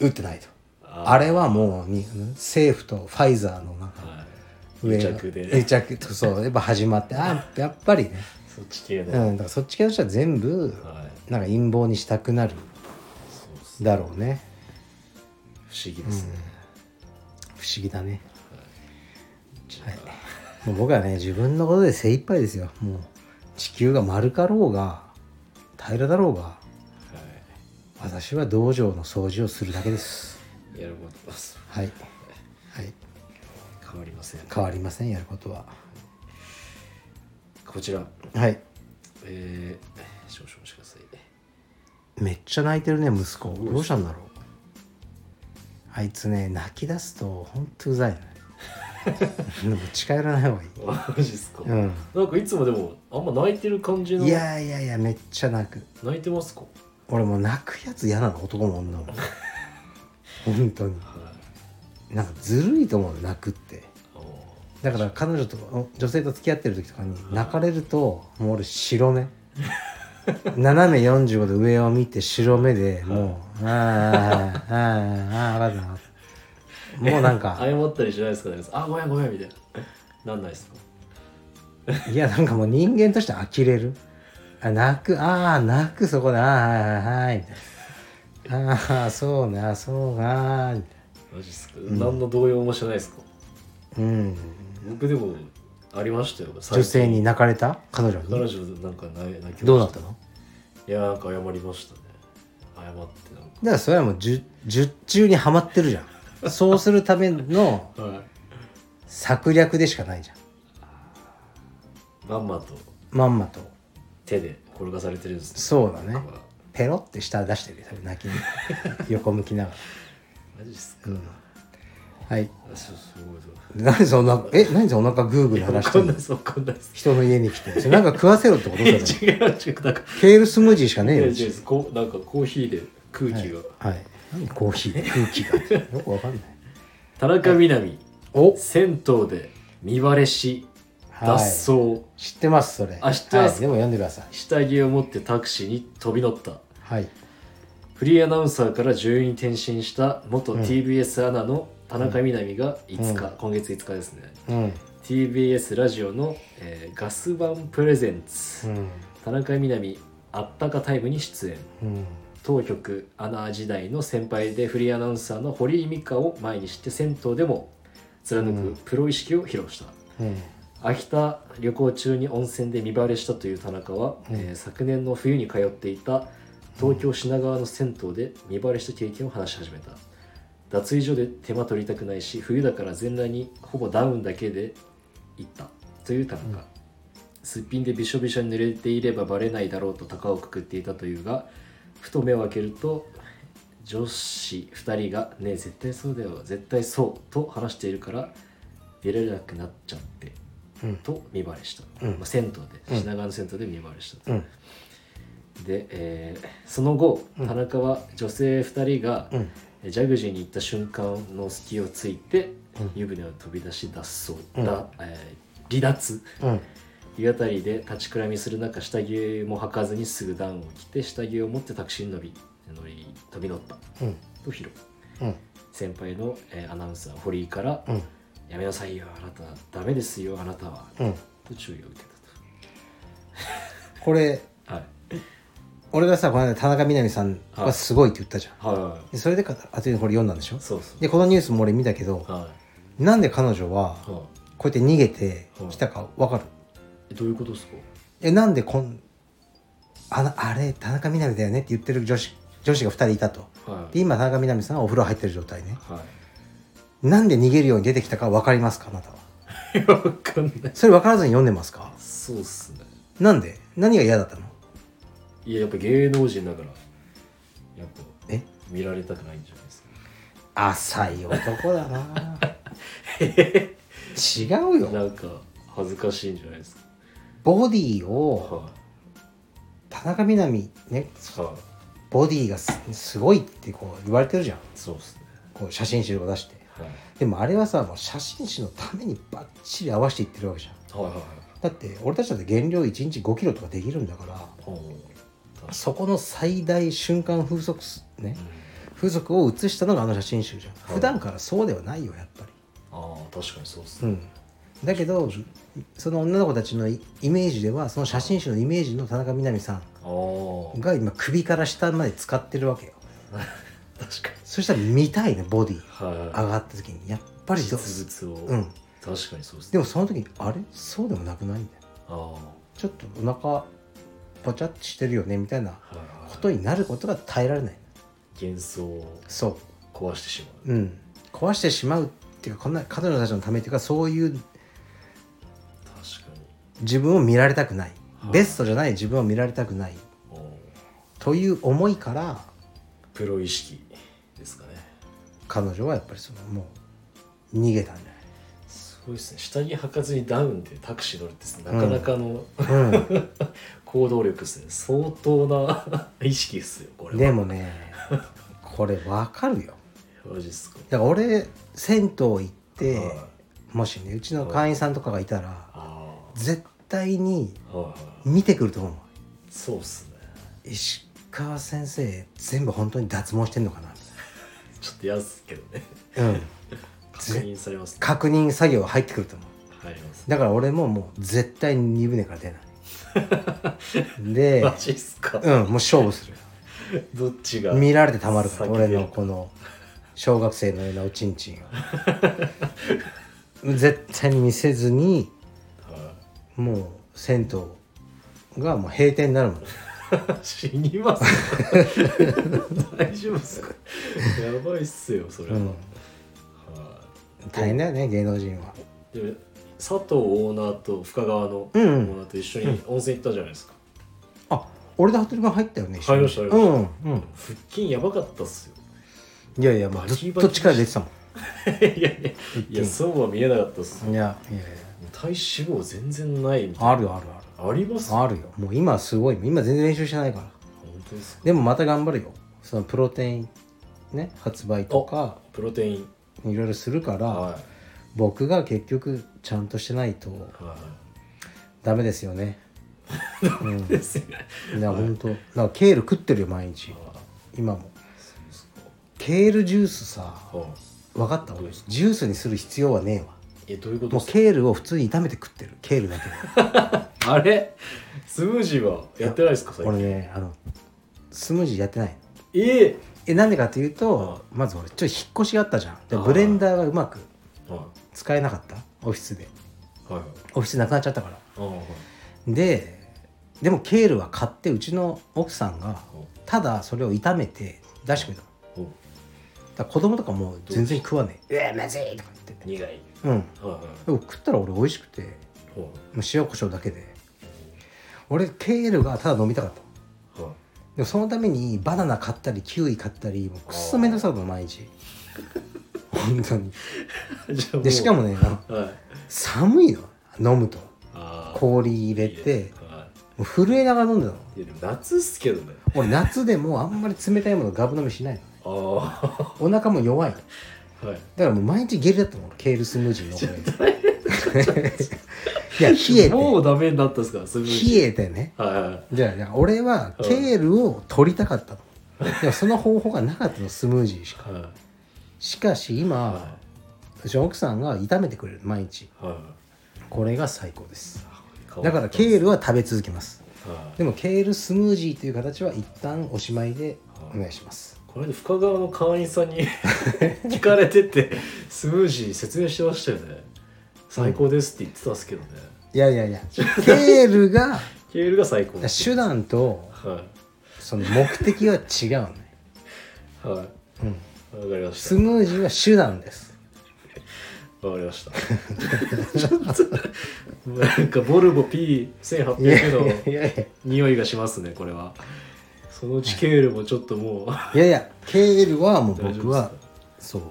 S2: い
S1: 打ってないと
S2: あ
S1: あれはもうに政府とファイザーのなんか
S2: はい
S1: 上が
S2: 癒着
S1: [laughs]
S2: で
S1: 癒着とそうやっぱ始まってあやっぱりね、
S2: そっち系
S1: う
S2: ね、
S1: ん、だからそっち系の人は全部
S2: はい
S1: なんか陰謀にしたくなる
S2: そうっす
S1: だろうね
S2: 不思議ですね、
S1: 不思議だね
S2: じゃ
S1: はいもう僕はね自分のことで精一杯ですよもう地球が丸かろうが平らだろうが
S2: あは
S1: 私は道場の掃除をするだけです
S2: いやることはそう
S1: はいはい
S2: 変わりません
S1: 変わりませんやることは
S2: こちら
S1: はい
S2: えー、少々お待ちください
S1: めっちゃ泣いてるね息子どうしたんだろうあいつね泣き出すとほんとうざいね [laughs] でも近寄らない方がいい
S2: マジっすか、
S1: うん
S2: なんかいつもでもあんま泣いてる感じの
S1: いやいやいやめっちゃ泣く
S2: 泣いてますか
S1: 俺もう泣くやつ嫌なの男も女も本当に
S2: はい
S1: なんかずるいと思うの泣くって
S2: あー
S1: だから彼女とお女性と付き合ってる時とかに泣かれるともう俺白目斜め45度上を見て白目でもう「あーあーあーあー分かったな」もうなんか
S2: 謝ったりしないですかねあごめんごめんみたいななんないですか
S1: いやなんかもう人間として呆れるあ泣くああ泣くそこでああはいはいみたいなああそうねあそうなみたい
S2: マジっすか、何の動揺もしてないですか
S1: なうん
S2: 僕でもありましたよ最
S1: 女
S2: 近
S1: 性に泣かれた彼女
S2: 彼
S1: に
S2: 女なんか泣泣きました
S1: どうだったの
S2: いやなんか謝りましたね謝ってなんか
S1: だからそれはもう術術中にはまってるじゃんそうするための
S2: はい
S1: 策略でしかないじゃん
S2: まんまと
S1: まんまと
S2: 手で転がされてるんです
S1: そうだね
S2: 僕は
S1: [laughs] ペロって下出してるよ多分 [laughs] 泣きに横向きなが
S2: マジっすか、
S1: らはい
S2: あそうすごいぞ
S1: 何そんなえ何そんなお腹グーグー鳴らし
S2: わ
S1: て
S2: か
S1: る [laughs]
S2: ん
S1: の
S2: ないですわかんないです
S1: 人の家に来てそれなんか食わせろってこと
S2: い
S1: だ [laughs]
S2: や
S1: よ
S2: 違う違うなんか
S1: ケールスムージーしか
S2: い
S1: ねえ
S2: や
S1: よ
S2: 違
S1: う
S2: う
S1: ち
S2: ですこうなんかコーヒーで空気が、
S1: はい何コーヒー空気が [laughs] よくわかんない
S2: 田中みな実
S1: お
S2: 銭湯で見バレし
S1: は
S2: 脱
S1: い
S2: 走
S1: 知ってますそれ
S2: あ知ってます
S1: はいでも読んでください
S2: 下着を持ってタクシーに飛び乗った
S1: はい
S2: フリーアナウンサーから女優に転身した元 TBS アナの田中みな実が5日、今月5日ですね
S1: うん
S2: TBS ラジオの、えーガス版プレゼンツ、
S1: うん
S2: 田中みな実あったかタイムに出演
S1: うん
S2: 当局アナ時代の先輩でフリーアナウンサーの堀井美香を前にして銭湯でも貫くプロ意識を披露した、
S1: うん
S2: 秋田旅行中に温泉で見バレしたという田中は、えー昨年の冬に通っていた東京品川の銭湯で見バレした経験を話し始めた脱衣所で手間取りたくないし冬だから全裸にほぼダウンだけで行ったという田中、すっぴんでびしょびしょに濡れていればバレないだろうと高をくくっていたというがふと目を開けると女子2人が「ねえ絶対そうだよ絶対そう」と話しているから出られなくなっちゃって、と見バレした、まあ、銭湯で品川の銭湯で見バレしたと、で、えーその後田中は女性2人が、ジャグジーに行った瞬間の隙をついて、湯船を飛び出し脱走、だえー離脱、
S1: うん
S2: 湯あたりで立ちくらみする中下着も履かずにすぐダウンを着て下着を持ってタクシーに乗り乗り飛び乗った、とヒロ、
S1: うん
S2: 先輩の、えーアナウンサー堀井から、やめなさいよあなたダメですよあなたは」
S1: うん
S2: と注意を受け
S1: これ
S2: たとはい
S1: 俺がさこの間田中みな実さんはすごいって言ったじゃん、
S2: はいはいはい
S1: でそれでかあとでこれ読んだんでしょ
S2: そうそう
S1: でこのニュースも俺見たけど
S2: はい
S1: なんで彼女は
S2: は
S1: こうやって逃げてきたかわかる
S2: いどういうことですか
S1: えなんでこんあのあれ田中みな実だよねって言ってる女子女子が2人いたと
S2: はい
S1: で今田中みな実さんはお風呂入ってる状態ね
S2: は
S1: なんで逃げるように出てきたか分かりますかあなたはい
S2: [laughs] わかんない
S1: それ分からずに読んでますか
S2: そうっすね
S1: なんで何が嫌だったの
S2: いややっぱ芸能人だからやっぱ
S1: え
S2: 見られたくないんじゃないですか
S1: 浅い男だな [laughs] 違うよ
S2: なんか恥ずかしいんじゃないですか
S1: ボディを
S2: は
S1: 田中みな実ね
S2: いはい
S1: ボディがすすごいってこう言われてるじゃん
S2: そうっすね
S1: こう写真集を出して
S2: はい
S1: でもあれはさもう写真集のためにバッチリ合わせていってるわけじゃん
S2: はいはい
S1: だって俺たちだって減量1日5キロとかできるんだから
S2: はいうん
S1: そこの最大瞬間風速すね風速を映したのがあの写真集じゃん
S2: い
S1: 普段からそうではないよやっぱり
S2: ああ確かにそうっす
S1: う
S2: ね
S1: んだけどその女の子たちのイイメージではその写真集のイメージの田中みな実さ
S2: ああ
S1: んが今首から下まで使ってるわけよ
S2: 確かに
S1: そしたら見たいねボディ
S2: はい
S1: 上がった時にやっぱりど
S2: 実物を、
S1: うん
S2: 確かにそうです
S1: でも
S2: ね
S1: その時にあれそうでもなくないみたいな
S2: ああは
S1: ちょっとお腹ぽちゃっとしてるよねみたいない
S2: はい
S1: ことになることが耐えられない
S2: 幻想を
S1: そ
S2: 壊してしまう
S1: ううん壊してしまうっていうかこんな彼女たちのためっていうかそういう
S2: 確かに
S1: 自分を見られたくない、
S2: はい
S1: ベストじゃない自分を見られたくない
S2: あー
S1: という思いから
S2: プロ意識ですかね
S1: 彼女はやっぱりそのもう逃げたんじ
S2: すごいですね下着履かずにダウンでタクシー乗るってですねなかなかの、
S1: ゃない、う
S2: 行動力ですね相当な意識ですよこれ
S1: ん、
S2: [laughs] は
S1: でもねこれわかるよ
S2: マジっすか
S1: だから俺銭湯行って、
S2: はい
S1: もしねうちの会員さんとかがいたら、
S2: あ
S1: 絶対に
S2: あはいはい
S1: 見てくると思う
S2: そうっすね
S1: 石川先生全部本当に脱毛してんのかなみ
S2: ちょっと嫌っすけどね
S1: たいな、うん、
S2: 確認されますね
S1: 確認作業入ってくると思う
S2: 入ります
S1: だから俺ももう絶対に湯船から出ないで
S2: マジっすか、
S1: うんもう勝負する
S2: どっちが
S1: 見られてたまるから
S2: 先出
S1: 俺
S2: る
S1: のこの小学生のようなおちんちんを [laughs] 絶対に見せずに
S2: は
S1: もう銭湯がもう閉店になるもん
S2: い死
S1: [laughs]
S2: にます大丈夫っすかやばいっすよそれは、
S1: うん
S2: は。
S1: 大変だよね芸能人はい
S2: で佐藤オーナーと深川のオ
S1: うんうん
S2: ーナーと一緒に温泉行ったじゃないですか、
S1: あ俺と服部君入ったよね一緒に
S2: 入りました入りま
S1: うんうん
S2: 腹筋やばかったっすよ
S1: いやいやもうずっと力出てたも
S2: [laughs] いやいやいやそうは見えなかったっす
S1: んいやいやいや
S2: 体脂肪全然ないみたい
S1: あるよあるある
S2: なあります本
S1: あるよもう今はすごい今全然練習してないから
S2: 当ですか
S1: でもまた頑張るよそのプロテインね発売とか
S2: プロテイン
S1: いろいろするから、
S2: は
S1: 僕が結局ちゃんとしてないと
S2: いは
S1: ダメですよね
S2: いですね
S1: いや本当、なんかケール食ってるよ毎日今も
S2: す
S1: ケールジュースさ
S2: は
S1: 分かった俺ジュースにする必要はねえわ
S2: いえどういうこと
S1: も
S2: で
S1: う
S2: す
S1: ケールを普通に炒めて食ってるケールだけで
S2: [laughs] かあれスムージーはやってないですか最
S1: 俺
S2: 近
S1: ねあのスムージーやってない
S2: ええ
S1: えなんでかっていうとまず俺ちょっと引っ越しがあったじゃんで
S2: はい
S1: ブレンダーがうまく
S2: は
S1: 使えなかったオフィスで
S2: いはい
S1: オフィスなくなっちゃったから
S2: はいはい
S1: ででもケールは買ってうちの奥さんがただそれを炒めて出してくれたの
S2: おお
S1: だから子供とかもう全然食わねえ「うえまずい!」とか言って
S2: 苦いはい
S1: うん
S2: は
S1: でも食ったら俺美味しくても
S2: いは
S1: う塩コショウだけで俺ケールがただ飲みたかった
S2: いは
S1: でもそのためにバナナ買ったりキウイ買ったりもうくっそめんどくさかったの毎日本当に
S2: じゃあもう
S1: でしかもねあの
S2: はい
S1: 寒いの飲むと
S2: あー
S1: 氷入れ
S2: いい
S1: て
S2: ねは
S1: もう震えながら飲んだの
S2: いいやでも夏っすけどね
S1: 俺夏でもうあんまり冷たいものガブ飲みしないの
S2: ああは
S1: お腹も弱いのだ
S2: い
S1: からもう毎日下痢だったの俺ケールスムージーのこれ [laughs] い
S2: [laughs]
S1: や冷
S2: もうダメになったっすかそれ
S1: えて冷えてね
S2: はいはい
S1: じゃあじゃあ俺はケールを取りたかったの、でもその方法がなかったのスムージーしか
S2: は
S1: しかし
S2: い
S1: 今
S2: は
S1: うちの奥さんが炒めてくれる毎日
S2: いは
S1: これが最高です
S2: い
S1: だからケールは食べ続けます
S2: はい
S1: でもケールスムージーという形は一旦おしまいでお願いします
S2: これで深川の会員さんに [laughs] 聞かれててスムージー説明してましたよね最高ですって言ってたっすけどね
S1: いやいやいやケールが [laughs]
S2: ケールが最高です
S1: 手段と
S2: は
S1: その目的は違うね、
S2: いはい
S1: うん、
S2: わかりまし
S1: スムージーは手段です
S2: たわかりましたなんかボルボ P1800 の
S1: いやいやいやいや
S2: 匂いがしますねこれはそのうちケールもちょっともうはい
S1: やいやケールはもう僕
S2: 大
S1: は
S2: 丈夫で
S1: そう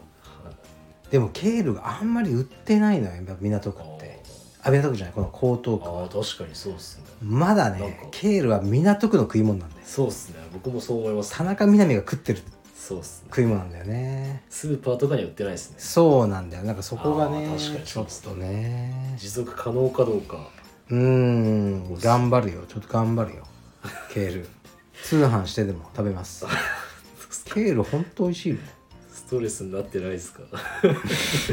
S1: でもケールがあんまり売ってないのよやっぱ港区ってあ港区じゃないこの江東区
S2: ああ確かにそうっすね
S1: まだ
S2: なん
S1: ね
S2: か
S1: ケールは港区の食い物なんだよ
S2: そうっすね僕もそう思います
S1: 田中みな実が食ってる
S2: そうっすね
S1: 食い物なんだよね
S2: スーパーとかには売ってないですね
S1: そうなんだよなんかそこがね
S2: あー確かに
S1: ちょっとね
S2: 持続可能かどうか
S1: うーん頑張るよちょっと頑張るよケール通販してでも食べ [laughs] ますケールほんと美味しいよ
S2: ストレスになってないですか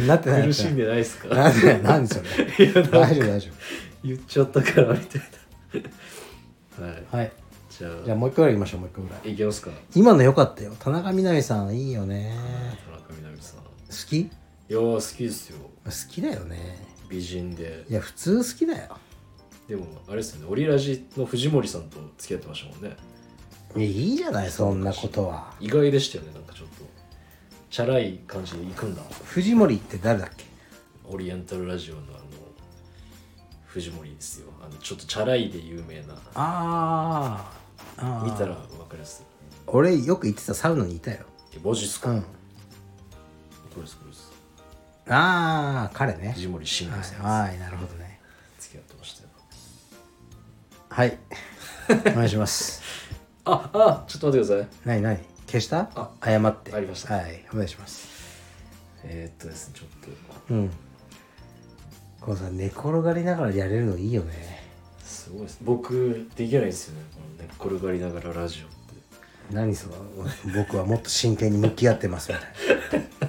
S1: なってない
S2: 苦しんでないですか
S1: なって [laughs] ないなんでそれ
S2: いやなんか
S1: 大丈夫大丈
S2: 言っちゃったからみたいなはい
S1: 夫はい
S2: じゃあ
S1: じゃあもう一個ぐらい行きましょうもう一個ぐらい
S2: いきますか
S1: 今の良かったよ田中みな実さんいいよね
S2: 田中みな実さんい
S1: 好き
S2: やー好きですよ
S1: 好きだよね
S2: 美人で
S1: いや普通好きだよ
S2: でもあれですよねオリラジの藤森さんと付き合ってましたもんね
S1: いやいいじゃないそんなことは
S2: 意外でしたよねなんかちょっとチャラい感じで行くんだ
S1: 藤森って誰だっけ
S2: オリエンタルラジオのあの藤森ですよあのちょっとチャラいで有名な
S1: あーあー
S2: 見たら分かります
S1: 俺よく行ってたサウナにいたよ
S2: えマジっす
S1: う
S2: か、
S1: ん
S2: これですこれです
S1: ああ彼ね
S2: 藤森慎吾さんです
S1: はいなるほどね
S2: 付き合ってましたよ
S1: はいお願いします
S2: ああちょっと待ってください
S1: [laughs] 何何消した
S2: あ
S1: 謝って
S2: ありました
S1: はいお願いします
S2: えー、っとですねちょっと
S1: うんこのさ寝転がりながらやれるのいいよね
S2: すごいです僕できないですよねこの寝っ転がりながらラジオって
S1: 何その僕はもっと真剣に向き合ってますみ [laughs] たいな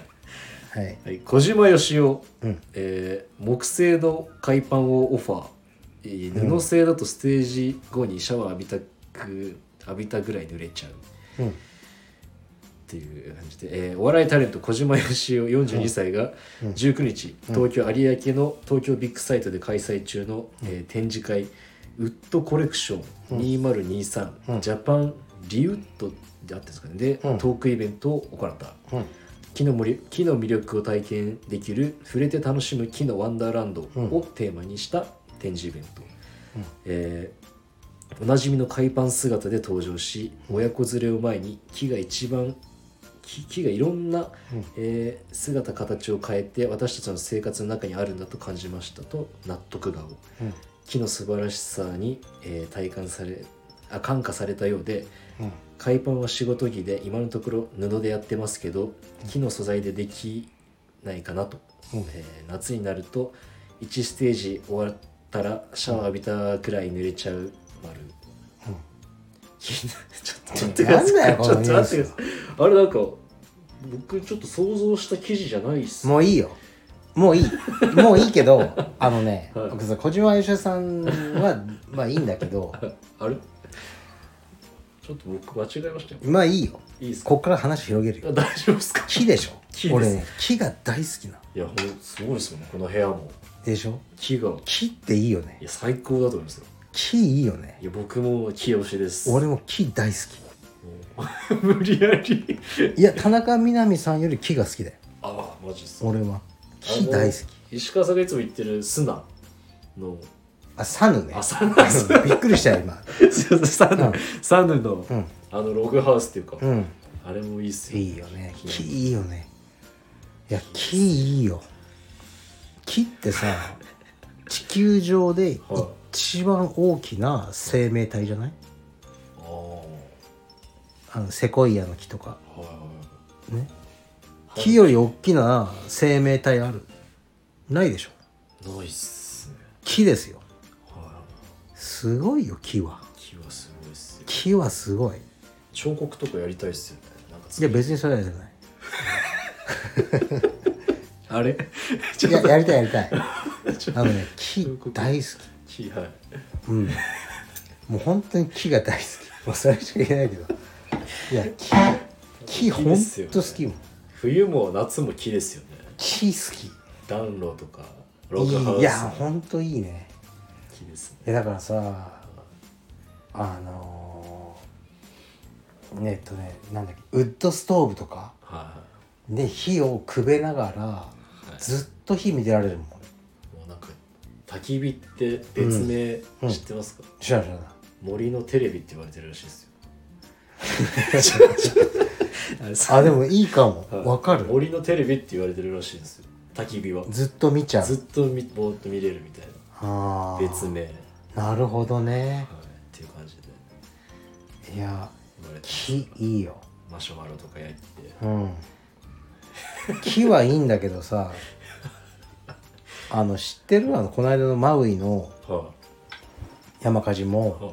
S1: はい
S2: はい、小島よしお、
S1: うん
S2: えー木製の海パンをオファー、えー布製だとステージ後にシャワー浴びたく浴びたぐらい濡れちゃうっ
S1: うん
S2: ていう感じで、えーお笑いタレント小島よしお42歳が19日、東京有明の東京ビッグサイトで開催中の、えー展示会ウッドコレクション2023、ジャパンリウッドであってんですかねで、
S1: うん
S2: トークイベントを行った。
S1: うん
S2: 木の森木の魅力を体験できる触れて楽しむ木のワンダーランドをテーマにした展示イベント、えーおなじみの海パン姿で登場し親子連れを前に木が一番木木がいろんな、えー姿形を変えて私たちの生活の中にあるんだと感じましたと納得顔、
S1: うん
S2: 木の素晴らしさに、えー体感されあ感化されたようで
S1: うん
S2: 海パンは仕事着で今のところ布でやってますけど木の素材でできないかなと、
S1: うん
S2: えー夏になると1ステージ終わったらシャワー浴びたくらい濡れちゃう丸、ちょっと待ってくだ
S1: なんだ
S2: さ
S1: よこのニュース
S2: いちょっと待ってくださいあれなんか僕ちょっと想像した記事じゃないっす
S1: もういいよもういいもういいけどあの [laughs] ね、
S2: はい
S1: 僕さ小島よしおさんはまあいいんだけど
S2: あれちょっと僕間違えましたよ
S1: まあいいよ
S2: いいですか
S1: こっから話広げる
S2: あ
S1: よ
S2: 大丈夫ですか
S1: 木でしょ
S2: 木です
S1: 俺ね木が大好きない
S2: やほんすごいですよねこの部屋も
S1: でしょ
S2: 木が
S1: 木っていいよね
S2: いや最高だと思いますよ
S1: 木いいよね
S2: いや僕も清推しです
S1: 俺も木大好き
S2: 無理やり
S1: いや田中みな実さんより木が好きだよ
S2: ああマジっすか
S1: 俺は木大好き
S2: き石川さんがいつも言ってる砂の
S1: あサヌね
S2: あサヌ
S1: うんびっくりしたよ今
S2: サヌ、サヌの、
S1: うん
S2: あのログハウスっていうか、
S1: うん
S2: あれもいいっすよ
S1: いいよね木いいよねいや木いいよ木ってさ地球上で
S2: はい
S1: 一番大きな生命体じゃない
S2: あーは
S1: あのセコイアの木とか
S2: いはいは
S1: ね木より大きな生命体あるないでしょ
S2: いないっすね
S1: 木ですよ
S2: はい
S1: すごいよ木は
S2: 木はすごいっすよ
S1: 木はすごい
S2: 彫刻とかやりたいっすよねなんか
S1: いや別にそれはやりたくない
S2: あれ [laughs] ち
S1: いややりたいやりたい [laughs]
S2: ち
S1: あのね木大好
S2: 木はい
S1: きうんもう本当に木が大好きもうそれしか言えないけどいや木木
S2: 木
S1: ほ
S2: で
S1: ん
S2: すよね
S1: と好きもん
S2: 冬も夏も木ですよね
S1: 木好き
S2: 暖炉とかログハウ
S1: い
S2: ス
S1: いいやほんといいね
S2: 木ですね
S1: いやだからさあのーねえっとねなんだっけウッドストーブとか
S2: は
S1: で火をくべなが
S2: いは
S1: ら
S2: い
S1: ずっと火見てられるもん
S2: もうなんか焚き火って別名知ってますか、
S1: 知らん知
S2: [laughs]
S1: らん
S2: 森のテレビって言われてるらしいですよあれ
S1: あでもいいかも
S2: はい
S1: わかる
S2: 森のテレビって言われてるらしいんですよ焚き火は
S1: ずっと見ちゃ
S2: ずっ
S1: う
S2: とみぼーっと見れるみたい
S1: あ
S2: な
S1: ー
S2: 別名、はい、っ
S1: なるほどね
S2: ていう感じで
S1: いや
S2: 言われてます
S1: 木いいよ
S2: マシュマロとか焼いて
S1: うん木はいいんだけどさあの知ってるあのこの間のマウイの
S2: は
S1: 山火事
S2: い
S1: も、
S2: は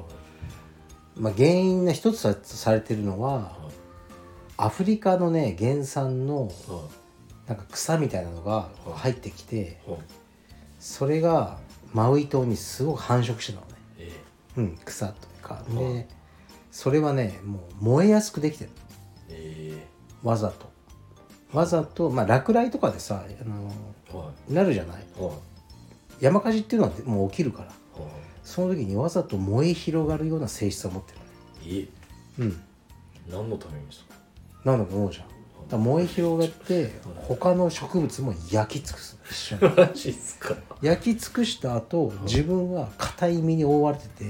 S1: まあ、原因の一つさされてるのはい
S2: はい
S1: アフリカのね原産の
S2: は
S1: なんか草みたいなのが入ってきて
S2: いはい
S1: それがマウイ島にすごく繁殖してたのね
S2: え
S1: うん草というか
S2: はい
S1: でそれはねもう燃えやすくできてる
S2: ええ
S1: わざとわざとまあ落雷とかでさあの
S2: えは
S1: なるじゃない
S2: いはい
S1: 山火事っていうのはもう起きるから
S2: は
S1: その時にわざと燃え広がるような性質を持って
S2: いえ
S1: るうん
S2: 何のためにですか
S1: なんだと思うじゃんだから燃え広がって他の植物も焼き尽くす一緒に
S2: マジっすか
S1: 焼き尽くした後自分は硬い実に覆われてて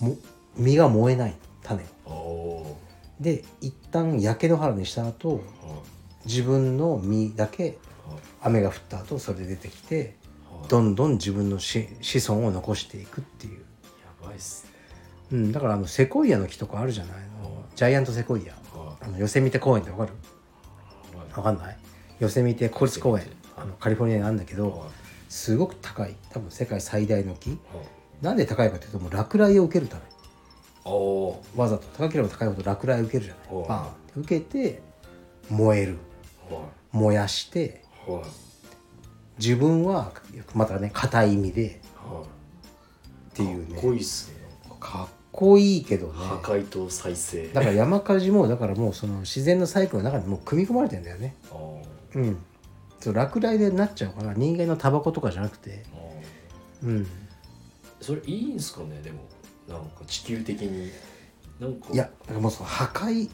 S1: も実が燃えない種が
S2: おお
S1: で一旦焼け野原にした後
S2: ーはい
S1: 自分の実だけ
S2: はい
S1: 雨が降った後それで出てきて
S2: はい
S1: どんどん自分の子子孫を残していくっていう、
S2: やばいっすね
S1: うん、だからあのセコイアの木とかあるじゃないあのジャイアントセコイア
S2: は
S1: あのヨセミテ公園ってわかる
S2: いはい
S1: わかんないヨセミテ国立公園あのカリフォルニアにあるんだけど
S2: は
S1: すごく高い多分世界最大の木
S2: いはい
S1: なんで高いかというともう落雷を受けるため
S2: おお
S1: わざと高ければ高いほど落雷を受けるじゃ
S2: は
S1: ないいバーンって受けて燃える
S2: は
S1: 燃やして
S2: いはい
S1: 自分はまたね硬い意味で
S2: は
S1: っていう
S2: い
S1: ね
S2: かっこいいっすね
S1: かっこいいけどね
S2: 破壊と再生
S1: だから山火事もだからもうその自然のサイクルの中にもう組み込まれてんだよね
S2: あー
S1: うんそう落雷でなっちゃうから人間のタバコとかじゃなくて
S2: あー
S1: うん
S2: それいいんすかねでもなんか地球的になんか
S1: いやだからもうその破壊
S2: うん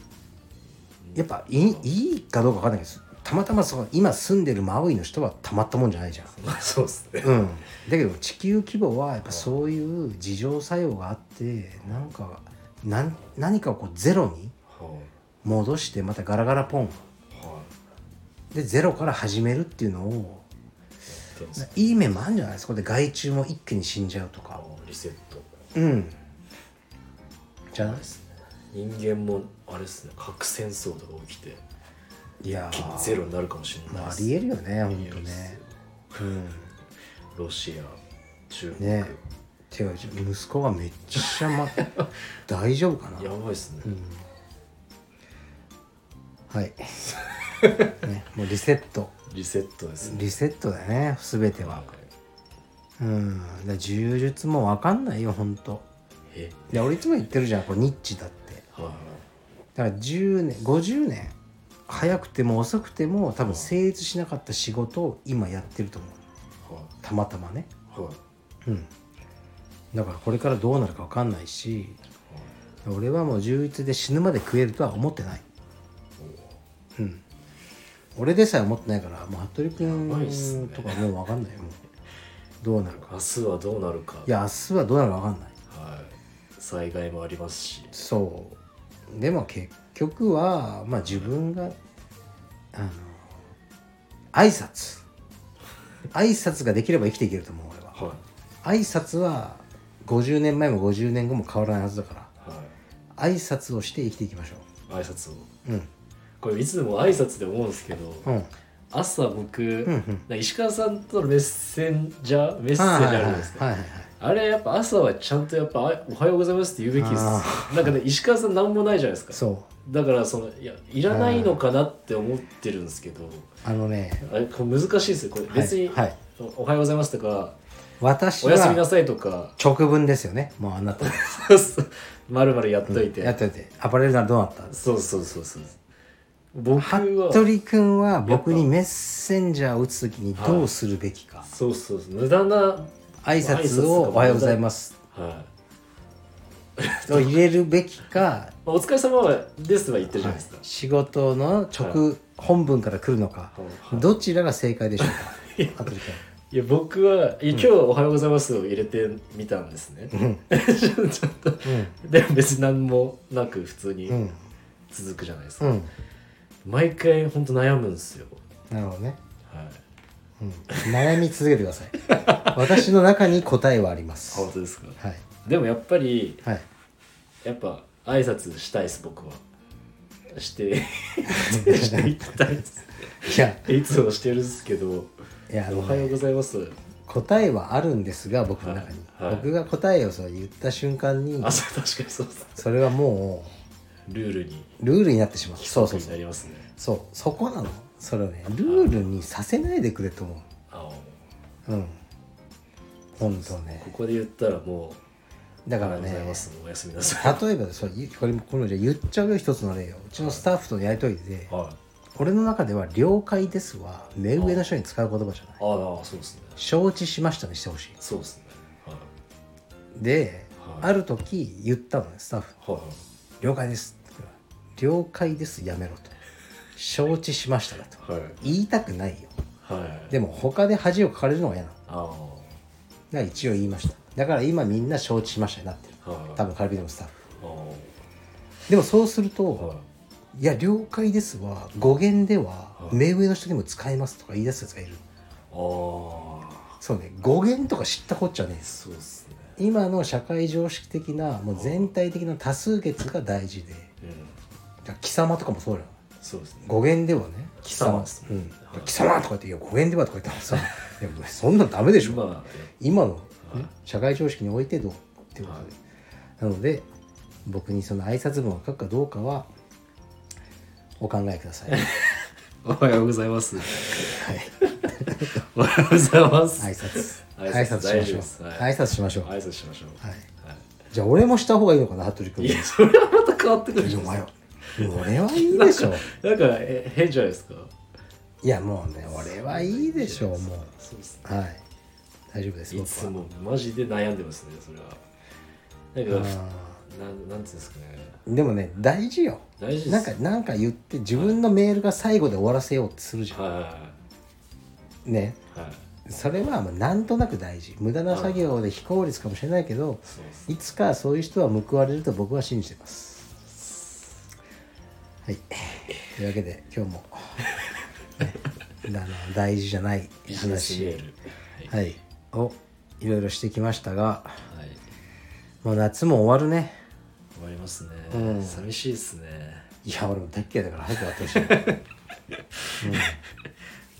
S1: やっぱいいいいかどうかわかんないけどたまたまその今住んでるマウイの人はたまったもんじゃないじゃん
S2: まあ [laughs] そうっすね
S1: うん、だけど地球規模はやっぱそういう自浄作用があってなんかなん何かをこうゼロに
S2: は
S1: 戻してまたガラガラポン
S2: いは
S1: でゼロから始めるっていうのを
S2: いでもさ
S1: いい面もあるんじゃないですかで害虫も一気に死んじゃうと
S2: あ
S1: か
S2: ーリセット
S1: うんじゃない
S2: ですね人間もあれですね核戦争とか起きて
S1: いや
S2: 一気
S1: ー
S2: にゼロになるかもしれ
S1: ま
S2: ない
S1: あ
S2: で
S1: あ
S2: す
S1: りえるよねほん
S2: い
S1: と
S2: いです
S1: ね
S2: よ
S1: うん
S2: ロシア中国、
S1: ねてか息子がめっちゃ、ま、 [laughs] 大丈夫かな
S2: やばいっすね、
S1: [laughs] はい、ね、もうリセット
S2: リセットですね
S1: リセットだね全ては
S2: はい
S1: うんだから柔術も分かんないよほんと
S2: え
S1: いや俺いつも言ってるじゃんこれニッチだって
S2: はいはい
S1: だから10年50年早くても遅くても多分成立しなかった仕事を今やってると思うたまたまね
S2: はいはい
S1: うんだからこれからどうなるか分かんないし俺はもう充実で死ぬまで食えるとは思ってないうん俺でさえ思ってないからもう服部
S2: やばいっす
S1: 君
S2: ね
S1: とかもう分かんないよもうどうなるか
S2: 明日はどうなるか
S1: いや明日はどうなるか分かんない
S2: はい、災害もありますし
S1: そうでも結局はまあ自分があの挨拶挨拶ができれば生きていけると思う俺は
S2: は
S1: 挨拶は50年前も50年後も変わらないはずだから
S2: い、
S1: 挨
S2: は
S1: 拶をして生きていきましょ
S2: い、挨拶を
S1: ううん
S2: これいつも挨拶で思うんですけど、
S1: うん
S2: 朝僕、
S1: うん
S2: なんか石川さんとのメッセンジャーメッセンジャーあるじゃないですか、
S1: はいはいはい
S2: あれやっぱ朝はちゃんとやっぱあ「おはようございます」って言うべきですなんかね石川さん何もないじゃないですか
S1: そ
S2: だからそのいやいらないのかなって思ってるんですけど
S1: うあのね
S2: あれこれ難しいですよこれ別に、
S1: はいはい
S2: おはようございます」とか「
S1: 私
S2: おやすみな
S1: は
S2: さい」とか [laughs]
S1: 直文ですよねもうあなた
S2: 「まるまるやっといて」
S1: やっといてアパレルさんどうなった
S2: そうそうそうそう僕
S1: 服
S2: は
S1: 部君は僕にメッセンジャーを打つ時にどうするべきか、
S2: そうそうそう無駄なは
S1: 挨拶を「おはようございます
S2: い、まあ」
S1: を入れるべきか
S2: お疲れ様ですは言ってるじゃないですか、
S1: 仕事の直、本文から来るのか、
S2: はい
S1: どちらが正解でしょうか服部君
S2: [laughs] いや僕はいや今日はおはようございますを入れてみたんですね。 [laughs] ちょちょっと、でも別に何もなく普通に
S1: ん
S2: 続くじゃないです
S1: う
S2: か。
S1: ん
S2: 毎回本当悩むんですよ。
S1: なるほどね、
S2: はい。
S1: うん、悩み続けてください
S2: [laughs]
S1: 私の中に答えはあります
S2: 本当ですか。
S1: はい
S2: でもやっぱり
S1: はい
S2: やっぱ挨拶したいです僕は。して、していきたいです。
S1: いや
S2: いつもしてるんですけど、
S1: いやあの
S2: お
S1: ね
S2: はようございます。
S1: 答えはあるんですが僕の中に、
S2: はいはい
S1: 僕が答えをそう言った瞬間に
S2: あ、そう確かにそうです。
S1: それはも
S2: ルールに
S1: うルールになってしまうそうそう
S2: に
S1: そ
S2: な
S1: う
S2: りますね。
S1: そうそこなのそれをねルールにさせないでくれと思
S2: あ
S1: うう
S2: の
S1: ん本当ね
S2: ここで言ったらもう。
S1: だから
S2: おはようござい
S1: ね
S2: ます。おやすみなさい。
S1: 例えばそういこれもこのじゃ言っちゃうよ一つの例ようちのスタッフとのやりとりで
S2: はい。
S1: 俺の中では「了解です」は目上の人に使う言葉じゃない
S2: ああ、そうですね。
S1: 「承知しました」にしてほしい
S2: そうですね。はい。
S1: で
S2: はい
S1: ある時言ったのねスタッフ
S2: はいはい。
S1: 了解です了解ですやめろと承知しましただと
S2: はい。
S1: 言いたくないよ
S2: はい。
S1: でも他で恥をかかれるのが嫌なのだか
S2: ああ。は
S1: ら一応言いましただから今みんな承知しましたになってる
S2: い。あ
S1: 多分カルビでもスタッフ
S2: あ。は
S1: でもそうする
S2: い。
S1: と「いや了解です」は語源では
S2: はい
S1: 目上の人にも使えますとか言い出すやつがいる
S2: ああ。
S1: そうね語源とか知ったこっちゃねえです
S2: そうですね。
S1: 今の社会常識的なもう全体的な多数決が大事で
S2: うん。
S1: だから貴様とかもそうだよ
S2: そうですね。
S1: 語源ではね
S2: 貴様です
S1: う
S2: ね
S1: ん、貴様とか言って「いや語源では」とか言ったらさ [laughs] 「いやお前そんなんダメでしょ、
S2: まあ、
S1: 今の、ね社会常識においてどう?」ってことで、なので僕にその挨拶文を書くかどうかはお考えくださ
S2: [laughs]
S1: いはい
S2: おはようございます。おはようございます。
S1: 挨拶
S2: 挨拶
S1: 挨拶しましょう
S2: 大事です、は
S1: 挨拶しましょう、
S2: 挨拶しましょ
S1: は
S2: う。
S1: い
S2: は
S1: じゃあ俺もした方がいいのかな服部
S2: い。
S1: 君
S2: いや、それはまた変わってくる
S1: い
S2: じ
S1: や
S2: ゃ
S1: お
S2: ない
S1: 前
S2: で
S1: よ俺はいいでしょ
S2: すか。なんか、え変じゃないですか。
S1: いやもうね俺はいいでしょうも
S2: そうですね。
S1: うはい大丈夫です
S2: い
S1: 僕
S2: つ
S1: は
S2: もマジで悩んでますねそれはなんか
S1: あ
S2: なんなんつうんですかね
S1: ーでもね大事よ
S2: 大事です
S1: なんかなんか言って自分のメールが最後で終わらせようとするじゃ
S2: はい
S1: んね
S2: はいはい
S1: それはまあなんとなく大事無駄な作業で非効率かもしれないけど
S2: そうです
S1: いつかそういう人は報われると僕は信じてますはいというわけで今
S2: [laughs]
S1: 日も、ね、あの大事じゃない
S2: ビジネスメ
S1: 話
S2: ールはい
S1: はいをいろいろしてきましたが
S2: はい
S1: もう夏も終わるね
S2: 終わりますね、
S1: うん
S2: 寂しいですね
S1: いや俺も大っ嫌いだから早く終わってほしい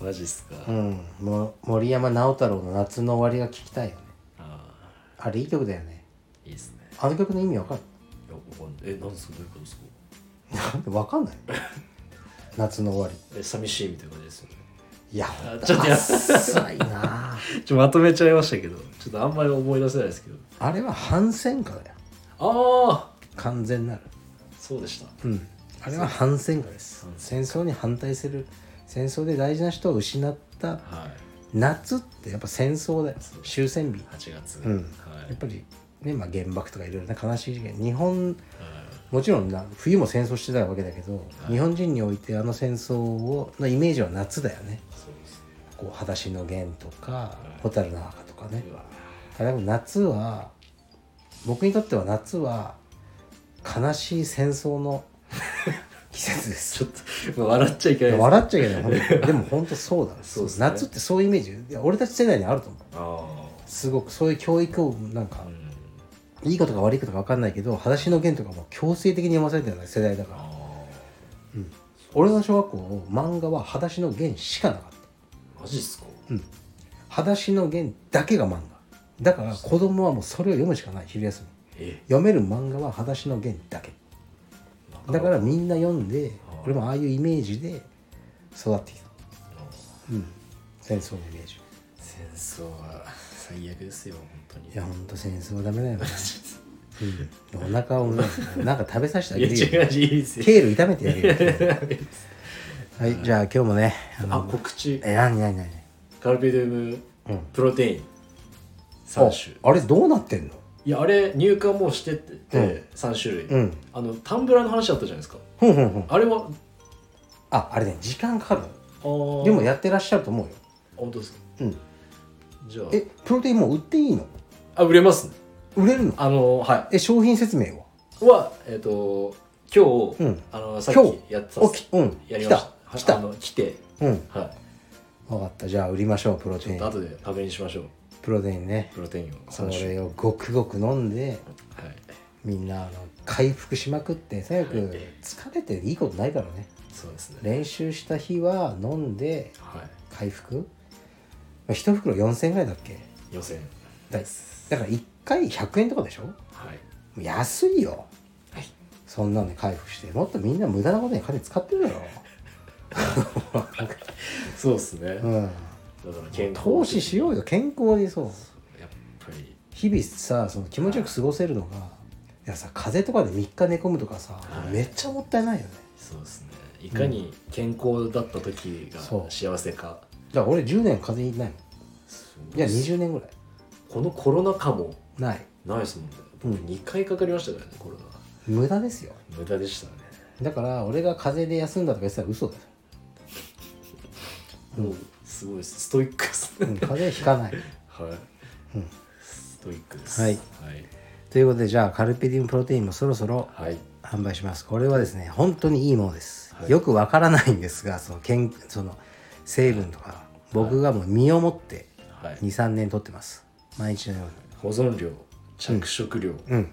S2: [laughs] マジっすか、
S1: う
S2: あ
S1: ん、もう森山直太朗の「夏の終わり」が聴きたいよね
S2: あ
S1: あれいい曲だよね
S2: いいっすね
S1: あの曲の意味わかる
S2: いやわかんないえなんですかどういうことですか
S1: なんで [laughs] わかんない夏の終わり
S2: え寂しいみたいな感じですよね
S1: いや
S2: あちょっとや
S1: 浅いな
S2: ちょまとめちゃいましたけどちょっとあんまり思い出せないですけど
S1: あれは反戦歌だよ
S2: ああ
S1: 完全なる
S2: そうでした
S1: うんあれは反戦歌です戦争に反対する戦争で大事な人を失った
S2: はい
S1: 夏ってやっぱ戦争だよ終戦日
S2: 8月、
S1: うん
S2: はい
S1: やっぱりね、まあ、原爆とかいろいろな悲しい事件日本もちろんな冬も戦争してたわけだけど、日本人においてあの戦争をのイメージは夏だよね
S2: そうです
S1: ここう「裸足の弦」とか「蛍の墓」とかね
S2: うわ
S1: あでも夏は僕にとっては夏は悲しい戦争
S2: [laughs]
S1: の季節です
S2: ちょっと、まあ、笑っちゃいけないです
S1: 笑っちゃいけない本当にでも本当そうだ
S2: そうですね
S1: 夏ってそういうイメージいや俺たち世代にあると思う
S2: あ
S1: すごくそういう教育をなんか
S2: あ、うん、
S1: いいことか悪いことか分かんないけど「裸足の弦」とかも強制的に読まされてる世代だから
S2: あ
S1: 俺の小学校漫画は「裸足の弦」しかなかった
S2: あマジっすか
S1: 「裸足の弦」だけが漫画だから子供はもうそれを読むしかない昼休み
S2: え
S1: 読める漫画は「裸足の弦」だけだからみんな読んで
S2: あー
S1: 俺もああいうイメージで育ってきた、
S2: あの
S1: うん、戦争のイメージ
S2: 戦争は最悪ですよ本当に
S1: いやほんと戦争はダ
S2: [laughs]
S1: メだよ、ねうん、お腹をねなんか食べさせてあ
S2: い
S1: げ
S2: や
S1: るよ
S2: 違う違ういいですよ
S1: ケール炒めてや
S2: [laughs]
S1: るよはいじゃあ今日もねあ
S2: あ
S1: の
S2: 告知
S1: え何何何
S2: カルペディウム
S1: うん
S2: プロテイン3種
S1: ああれどうなってんの
S2: いやあれ入荷もうしてって
S1: うん
S2: 3種類、
S1: うん
S2: あのタンブラーの話あったじゃないですか
S1: ふんふんふん
S2: あれは
S1: ああれね時間かかる
S2: あー
S1: でもやってらっしゃると思うよ
S2: 本当ですか
S1: うん
S2: じゃあ
S1: えプロテインもう売っていいの
S2: あ売れますね
S1: 売れるの
S2: あのは
S1: え商品説明はい
S2: はえっ、と今日、
S1: うん
S2: あのさっ
S1: 今
S2: きやってた
S1: おきうん
S2: やり
S1: 来
S2: ました
S1: 来
S2: たあ
S1: た
S2: の来て
S1: うん
S2: は
S1: 分かったじゃあ売りましょうプロ
S2: いち
S1: テ
S2: ょ
S1: イ
S2: っ
S1: ン
S2: と後で確認しましょう
S1: プロテインね
S2: プロテインを
S1: そ
S2: 3種類
S1: れをごくごく飲んで
S2: はい
S1: みんなあの回復しまくって最悪
S2: はい
S1: 疲れていいことないからね
S2: そうですね
S1: 練習した日は飲んで
S2: はい
S1: 回復1袋4000円ぐらいだっけ
S2: 予選
S1: だだから1回100円とかでしょ
S2: はい
S1: 安いよ
S2: はい
S1: そんなんで回復してもっとみんな無駄なことに金使ってるだろ、
S2: [laughs] そうですね、だか
S1: うん、
S2: ら健康
S1: 投資しよう
S2: よ
S1: よ健康にそう
S2: やっぱり
S1: 日々さその気持ちよく過ごせるのがいやさ風邪とかで3日寝込むとかさ
S2: はい
S1: めっちゃもったいないよね
S2: そうですねいかに健康だった時が
S1: そう
S2: 幸せか、
S1: だから俺10年風邪ひいてないもん
S2: す
S1: い
S2: ご
S1: や
S2: っす
S1: 20年ぐらい
S2: このコロナ禍も
S1: ない
S2: ないですもんね
S1: うん
S2: 僕2回かかりましたからねコロナ
S1: 無駄ですよ
S2: 無駄でしたね、
S1: だから俺が風邪で休んだとか言ってたら嘘 [laughs] だよ、
S2: もうすごいですストイックです
S1: う
S2: ね
S1: ん、風邪ひかない
S2: はい、
S1: うん
S2: ストイックです
S1: はいということでじゃあカルペディウムプロテインもそろそろ
S2: はい、はい
S1: 販売しますこれはですね本当にいいものです、
S2: はい
S1: よくわからないんですがそのけんその成分とか僕がもう身をもって
S2: はい
S1: 23年取ってます毎日のよう
S2: 保存量着色料、
S1: にうん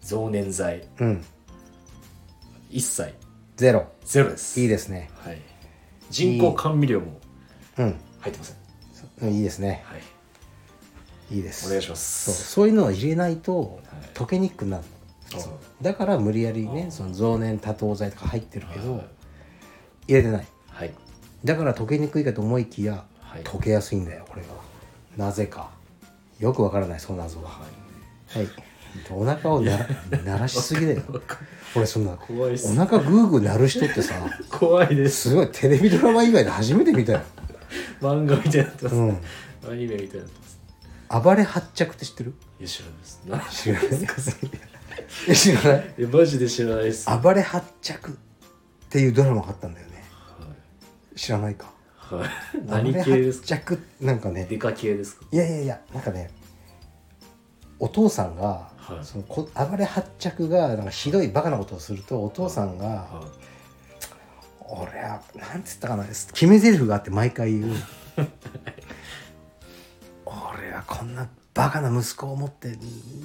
S2: 増粘剤
S1: うん
S2: 一切
S1: ゼロ
S2: ゼロです
S1: いいですね
S2: はい、人工甘味料も
S1: うん
S2: 入ってません
S1: うんいいですね
S2: はい
S1: いいで
S2: お
S1: す
S2: 願いしま
S1: そう
S2: す
S1: そういうのを入れないと
S2: はい
S1: 溶けにくくなる
S2: そうそう
S1: だから無理やりねその増粘多糖剤とか入ってるけど入れてない
S2: はい
S1: だから溶けにくいかと思いきや、
S2: はい
S1: 溶けやすいんだよこれがなぜかよくわからないその謎は
S2: は
S1: はいお腹をな鳴らしす
S2: [laughs]
S1: ぎだよ
S2: いわかる
S1: 俺そんな
S2: 怖いっす
S1: お腹グーグー鳴る人ってさ
S2: 怖いです
S1: すごいテレビドラマ以外で初めて見たよ、
S2: 漫画みたいになってます、
S1: うん、
S2: アニメみたいになってます
S1: 暴れ発着って知ってる
S2: いや知らないですな
S1: 知らないえ知らない
S2: えマジで知らないですは
S1: 暴れ発着っていうドラマがあったんだよね知らないか
S2: い、はい、何系ですか
S1: 暴れ発着なんかね
S2: デカ系ですか
S1: いやいやいやなんかねお父さんが、
S2: はい
S1: そのこ暴れ発着がなんかひどいバカなことをするとお父さんが
S2: は、
S1: 「俺はなんつったかな決め台詞があって毎回言う俺はこんなバカな息子を持って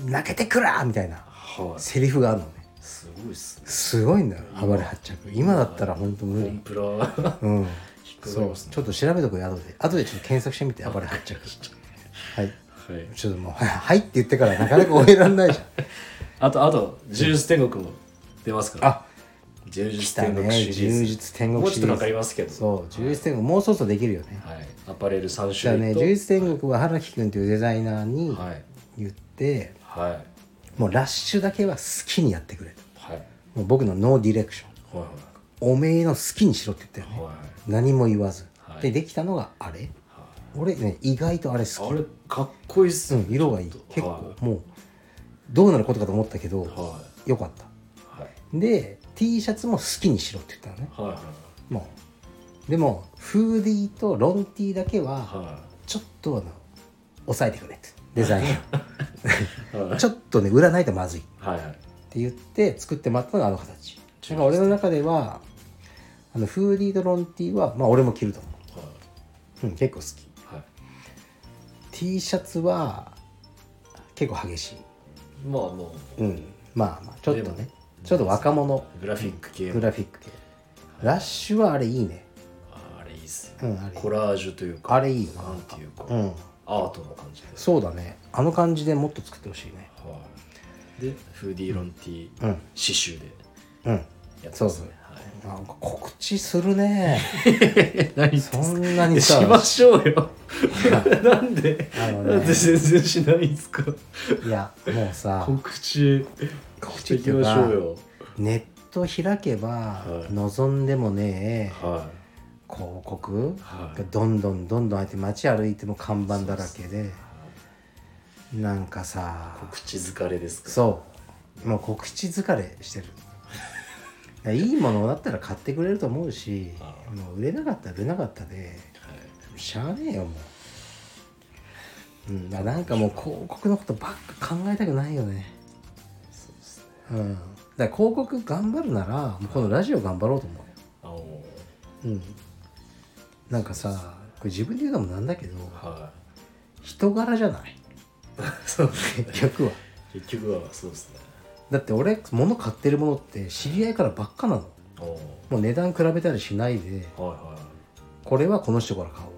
S1: 泣けてくら!」みたいない
S2: はい、
S1: セリフがあるのね
S2: すごいっすね
S1: すごいんだよ暴れ発着今だったら本当無
S2: コン
S1: 理
S2: プラは
S1: うん
S2: 引っかかり
S1: そう
S2: ますね
S1: ちょっと調べとこうよ後で後でちょっと検索してみて暴れ発着はい
S2: はい
S1: ちょっともう「 [laughs] はい」って言ってからなかなか終えられないじゃん
S2: あとあと柔術天国も出ますから
S1: あ
S2: 柔
S1: 来
S2: 術
S1: た
S2: [laughs] 天国
S1: ね
S2: シリーズ
S1: 充実天
S2: も
S1: 国
S2: うち
S1: シ
S2: ょっ
S1: リ
S2: と
S1: ー
S2: かかり
S1: ズ
S2: ますけど
S1: そう充実天国もうそろそろできるよね
S2: はい、アパレル3
S1: じゃあ
S2: 種
S1: ね
S2: 類と、
S1: 充実天国は原木君というデザイナーに
S2: はい
S1: 言って
S2: はい
S1: もうラッシュだけは好きにやってくれと
S2: はい
S1: もう僕のノーディレクション
S2: はいは
S1: おめえの好きにしろって言った
S2: い
S1: よね
S2: はい
S1: 何も言わず
S2: はい
S1: でできたのがあれ俺ね意外とあれ好
S2: あれかっこいいっす
S1: き、
S2: ね、
S1: うん、色がいい
S2: ちょっと
S1: 結構
S2: は
S1: もうどうなることかと思ったけど
S2: は
S1: よかった
S2: いはい
S1: で T シャツも好きにしろって言ったのね
S2: はいはい
S1: もうでも「フーディーとロンティーだけは
S2: は
S1: ちょっとあの抑えてくれってデザイン
S2: いはい
S1: を
S2: [laughs]
S1: ちょっとね売らないとまずいっ
S2: はいはい
S1: て言って作ってもらったのがあの形だから俺の中ではあのフーディーとロンティーはまあ俺も着ると思う、うん、結構好き
S2: はい
S1: T シャツは結構激し
S2: まあも
S1: い、うん、まあまあちょっと
S2: で
S1: ねちょっと若者
S2: うグラフィック系
S1: グラフィック系ラッシュはあれいいね
S2: あれいいっすね
S1: うんあれいい
S2: コラージュというか
S1: あれいいな
S2: なんていうか、
S1: うん
S2: アートの感じです
S1: そうだねあの感じでもっと作ってほしいね
S2: はいでフーディーロンティー
S1: うん
S2: 刺繍で
S1: うん
S2: やって
S1: そう
S2: ま
S1: そ
S2: す
S1: う
S2: ね、は
S1: なんか告知する
S2: [laughs]
S1: ね
S2: い、何言って
S1: そ
S2: んすか
S1: んな
S2: [laughs]
S1: にさ
S2: しましょうよなんで、
S1: あのね
S2: なんで全然しないんですか
S1: いやもうさ
S2: 告知
S1: 告
S2: して
S1: 知
S2: い
S1: って
S2: き
S1: いう
S2: ま
S1: か
S2: しょうよ
S1: ネット開けば
S2: はい
S1: 望んでもねえ
S2: は
S1: 広告
S2: いは
S1: がどんどんどんどんあって街歩いても看板だらけでなんかさ
S2: 告知疲れですか
S1: そうもう告知疲れしてるいやいいものだったら買ってくれると思うし
S2: ああ
S1: もう売れなかったら売れなかったで
S2: はい
S1: しゃあねえよもう、うん、だからなんかもう広告のことばっか考えたくないよね
S2: そうですね
S1: うんだから広告頑張るならもうこのラジオ頑張ろうと思
S2: あの
S1: うようんなんかさこれ自分で言うのもなんだけど
S2: は
S1: 人柄じゃない
S2: いそうですね
S1: 結局は
S2: 結局はそうですね
S1: だって俺物買ってるものって知り合いからばっかなの
S2: おお
S1: もう値段比べたりしないで
S2: はいはい
S1: これはこの人から買おう
S2: は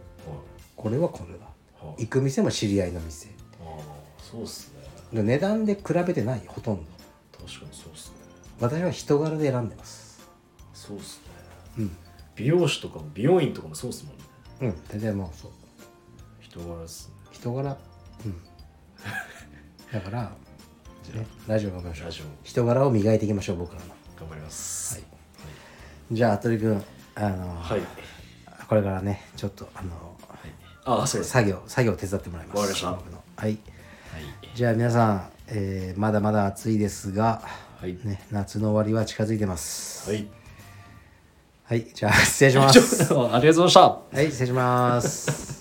S1: これはこれだ
S2: いはい
S1: 行く店も知り合いの店
S2: ああそうっすね
S1: で値段で比べてないほとんど
S2: 確かにそうっすね
S1: 私は人柄で選んでます
S2: そうっすね
S1: うん
S2: 美容師とかも美容院とかもそうっすもんね
S1: うん大体もうそう
S2: 人柄っすね
S1: 人柄うん [laughs] だからねラジオ頑張りましょ
S2: ラ
S1: う
S2: ジオ
S1: 人柄を磨いていきましょう僕らの
S2: 頑張ります
S1: じゃあ服部君あの、
S2: はい、
S1: これからねちょっとあの
S2: ああそうですは
S1: 作業作業手伝ってもらいます
S2: わかりました
S1: 僕のはい
S2: い
S1: じゃあ皆さん、えーまだまだ暑いですが、
S2: はい
S1: ね、夏の終わりは近づいてます
S2: はい
S1: はい、じゃあ失礼しま
S2: ちょ
S1: す。
S2: [laughs] っとありがとうございました
S1: はい、失礼します。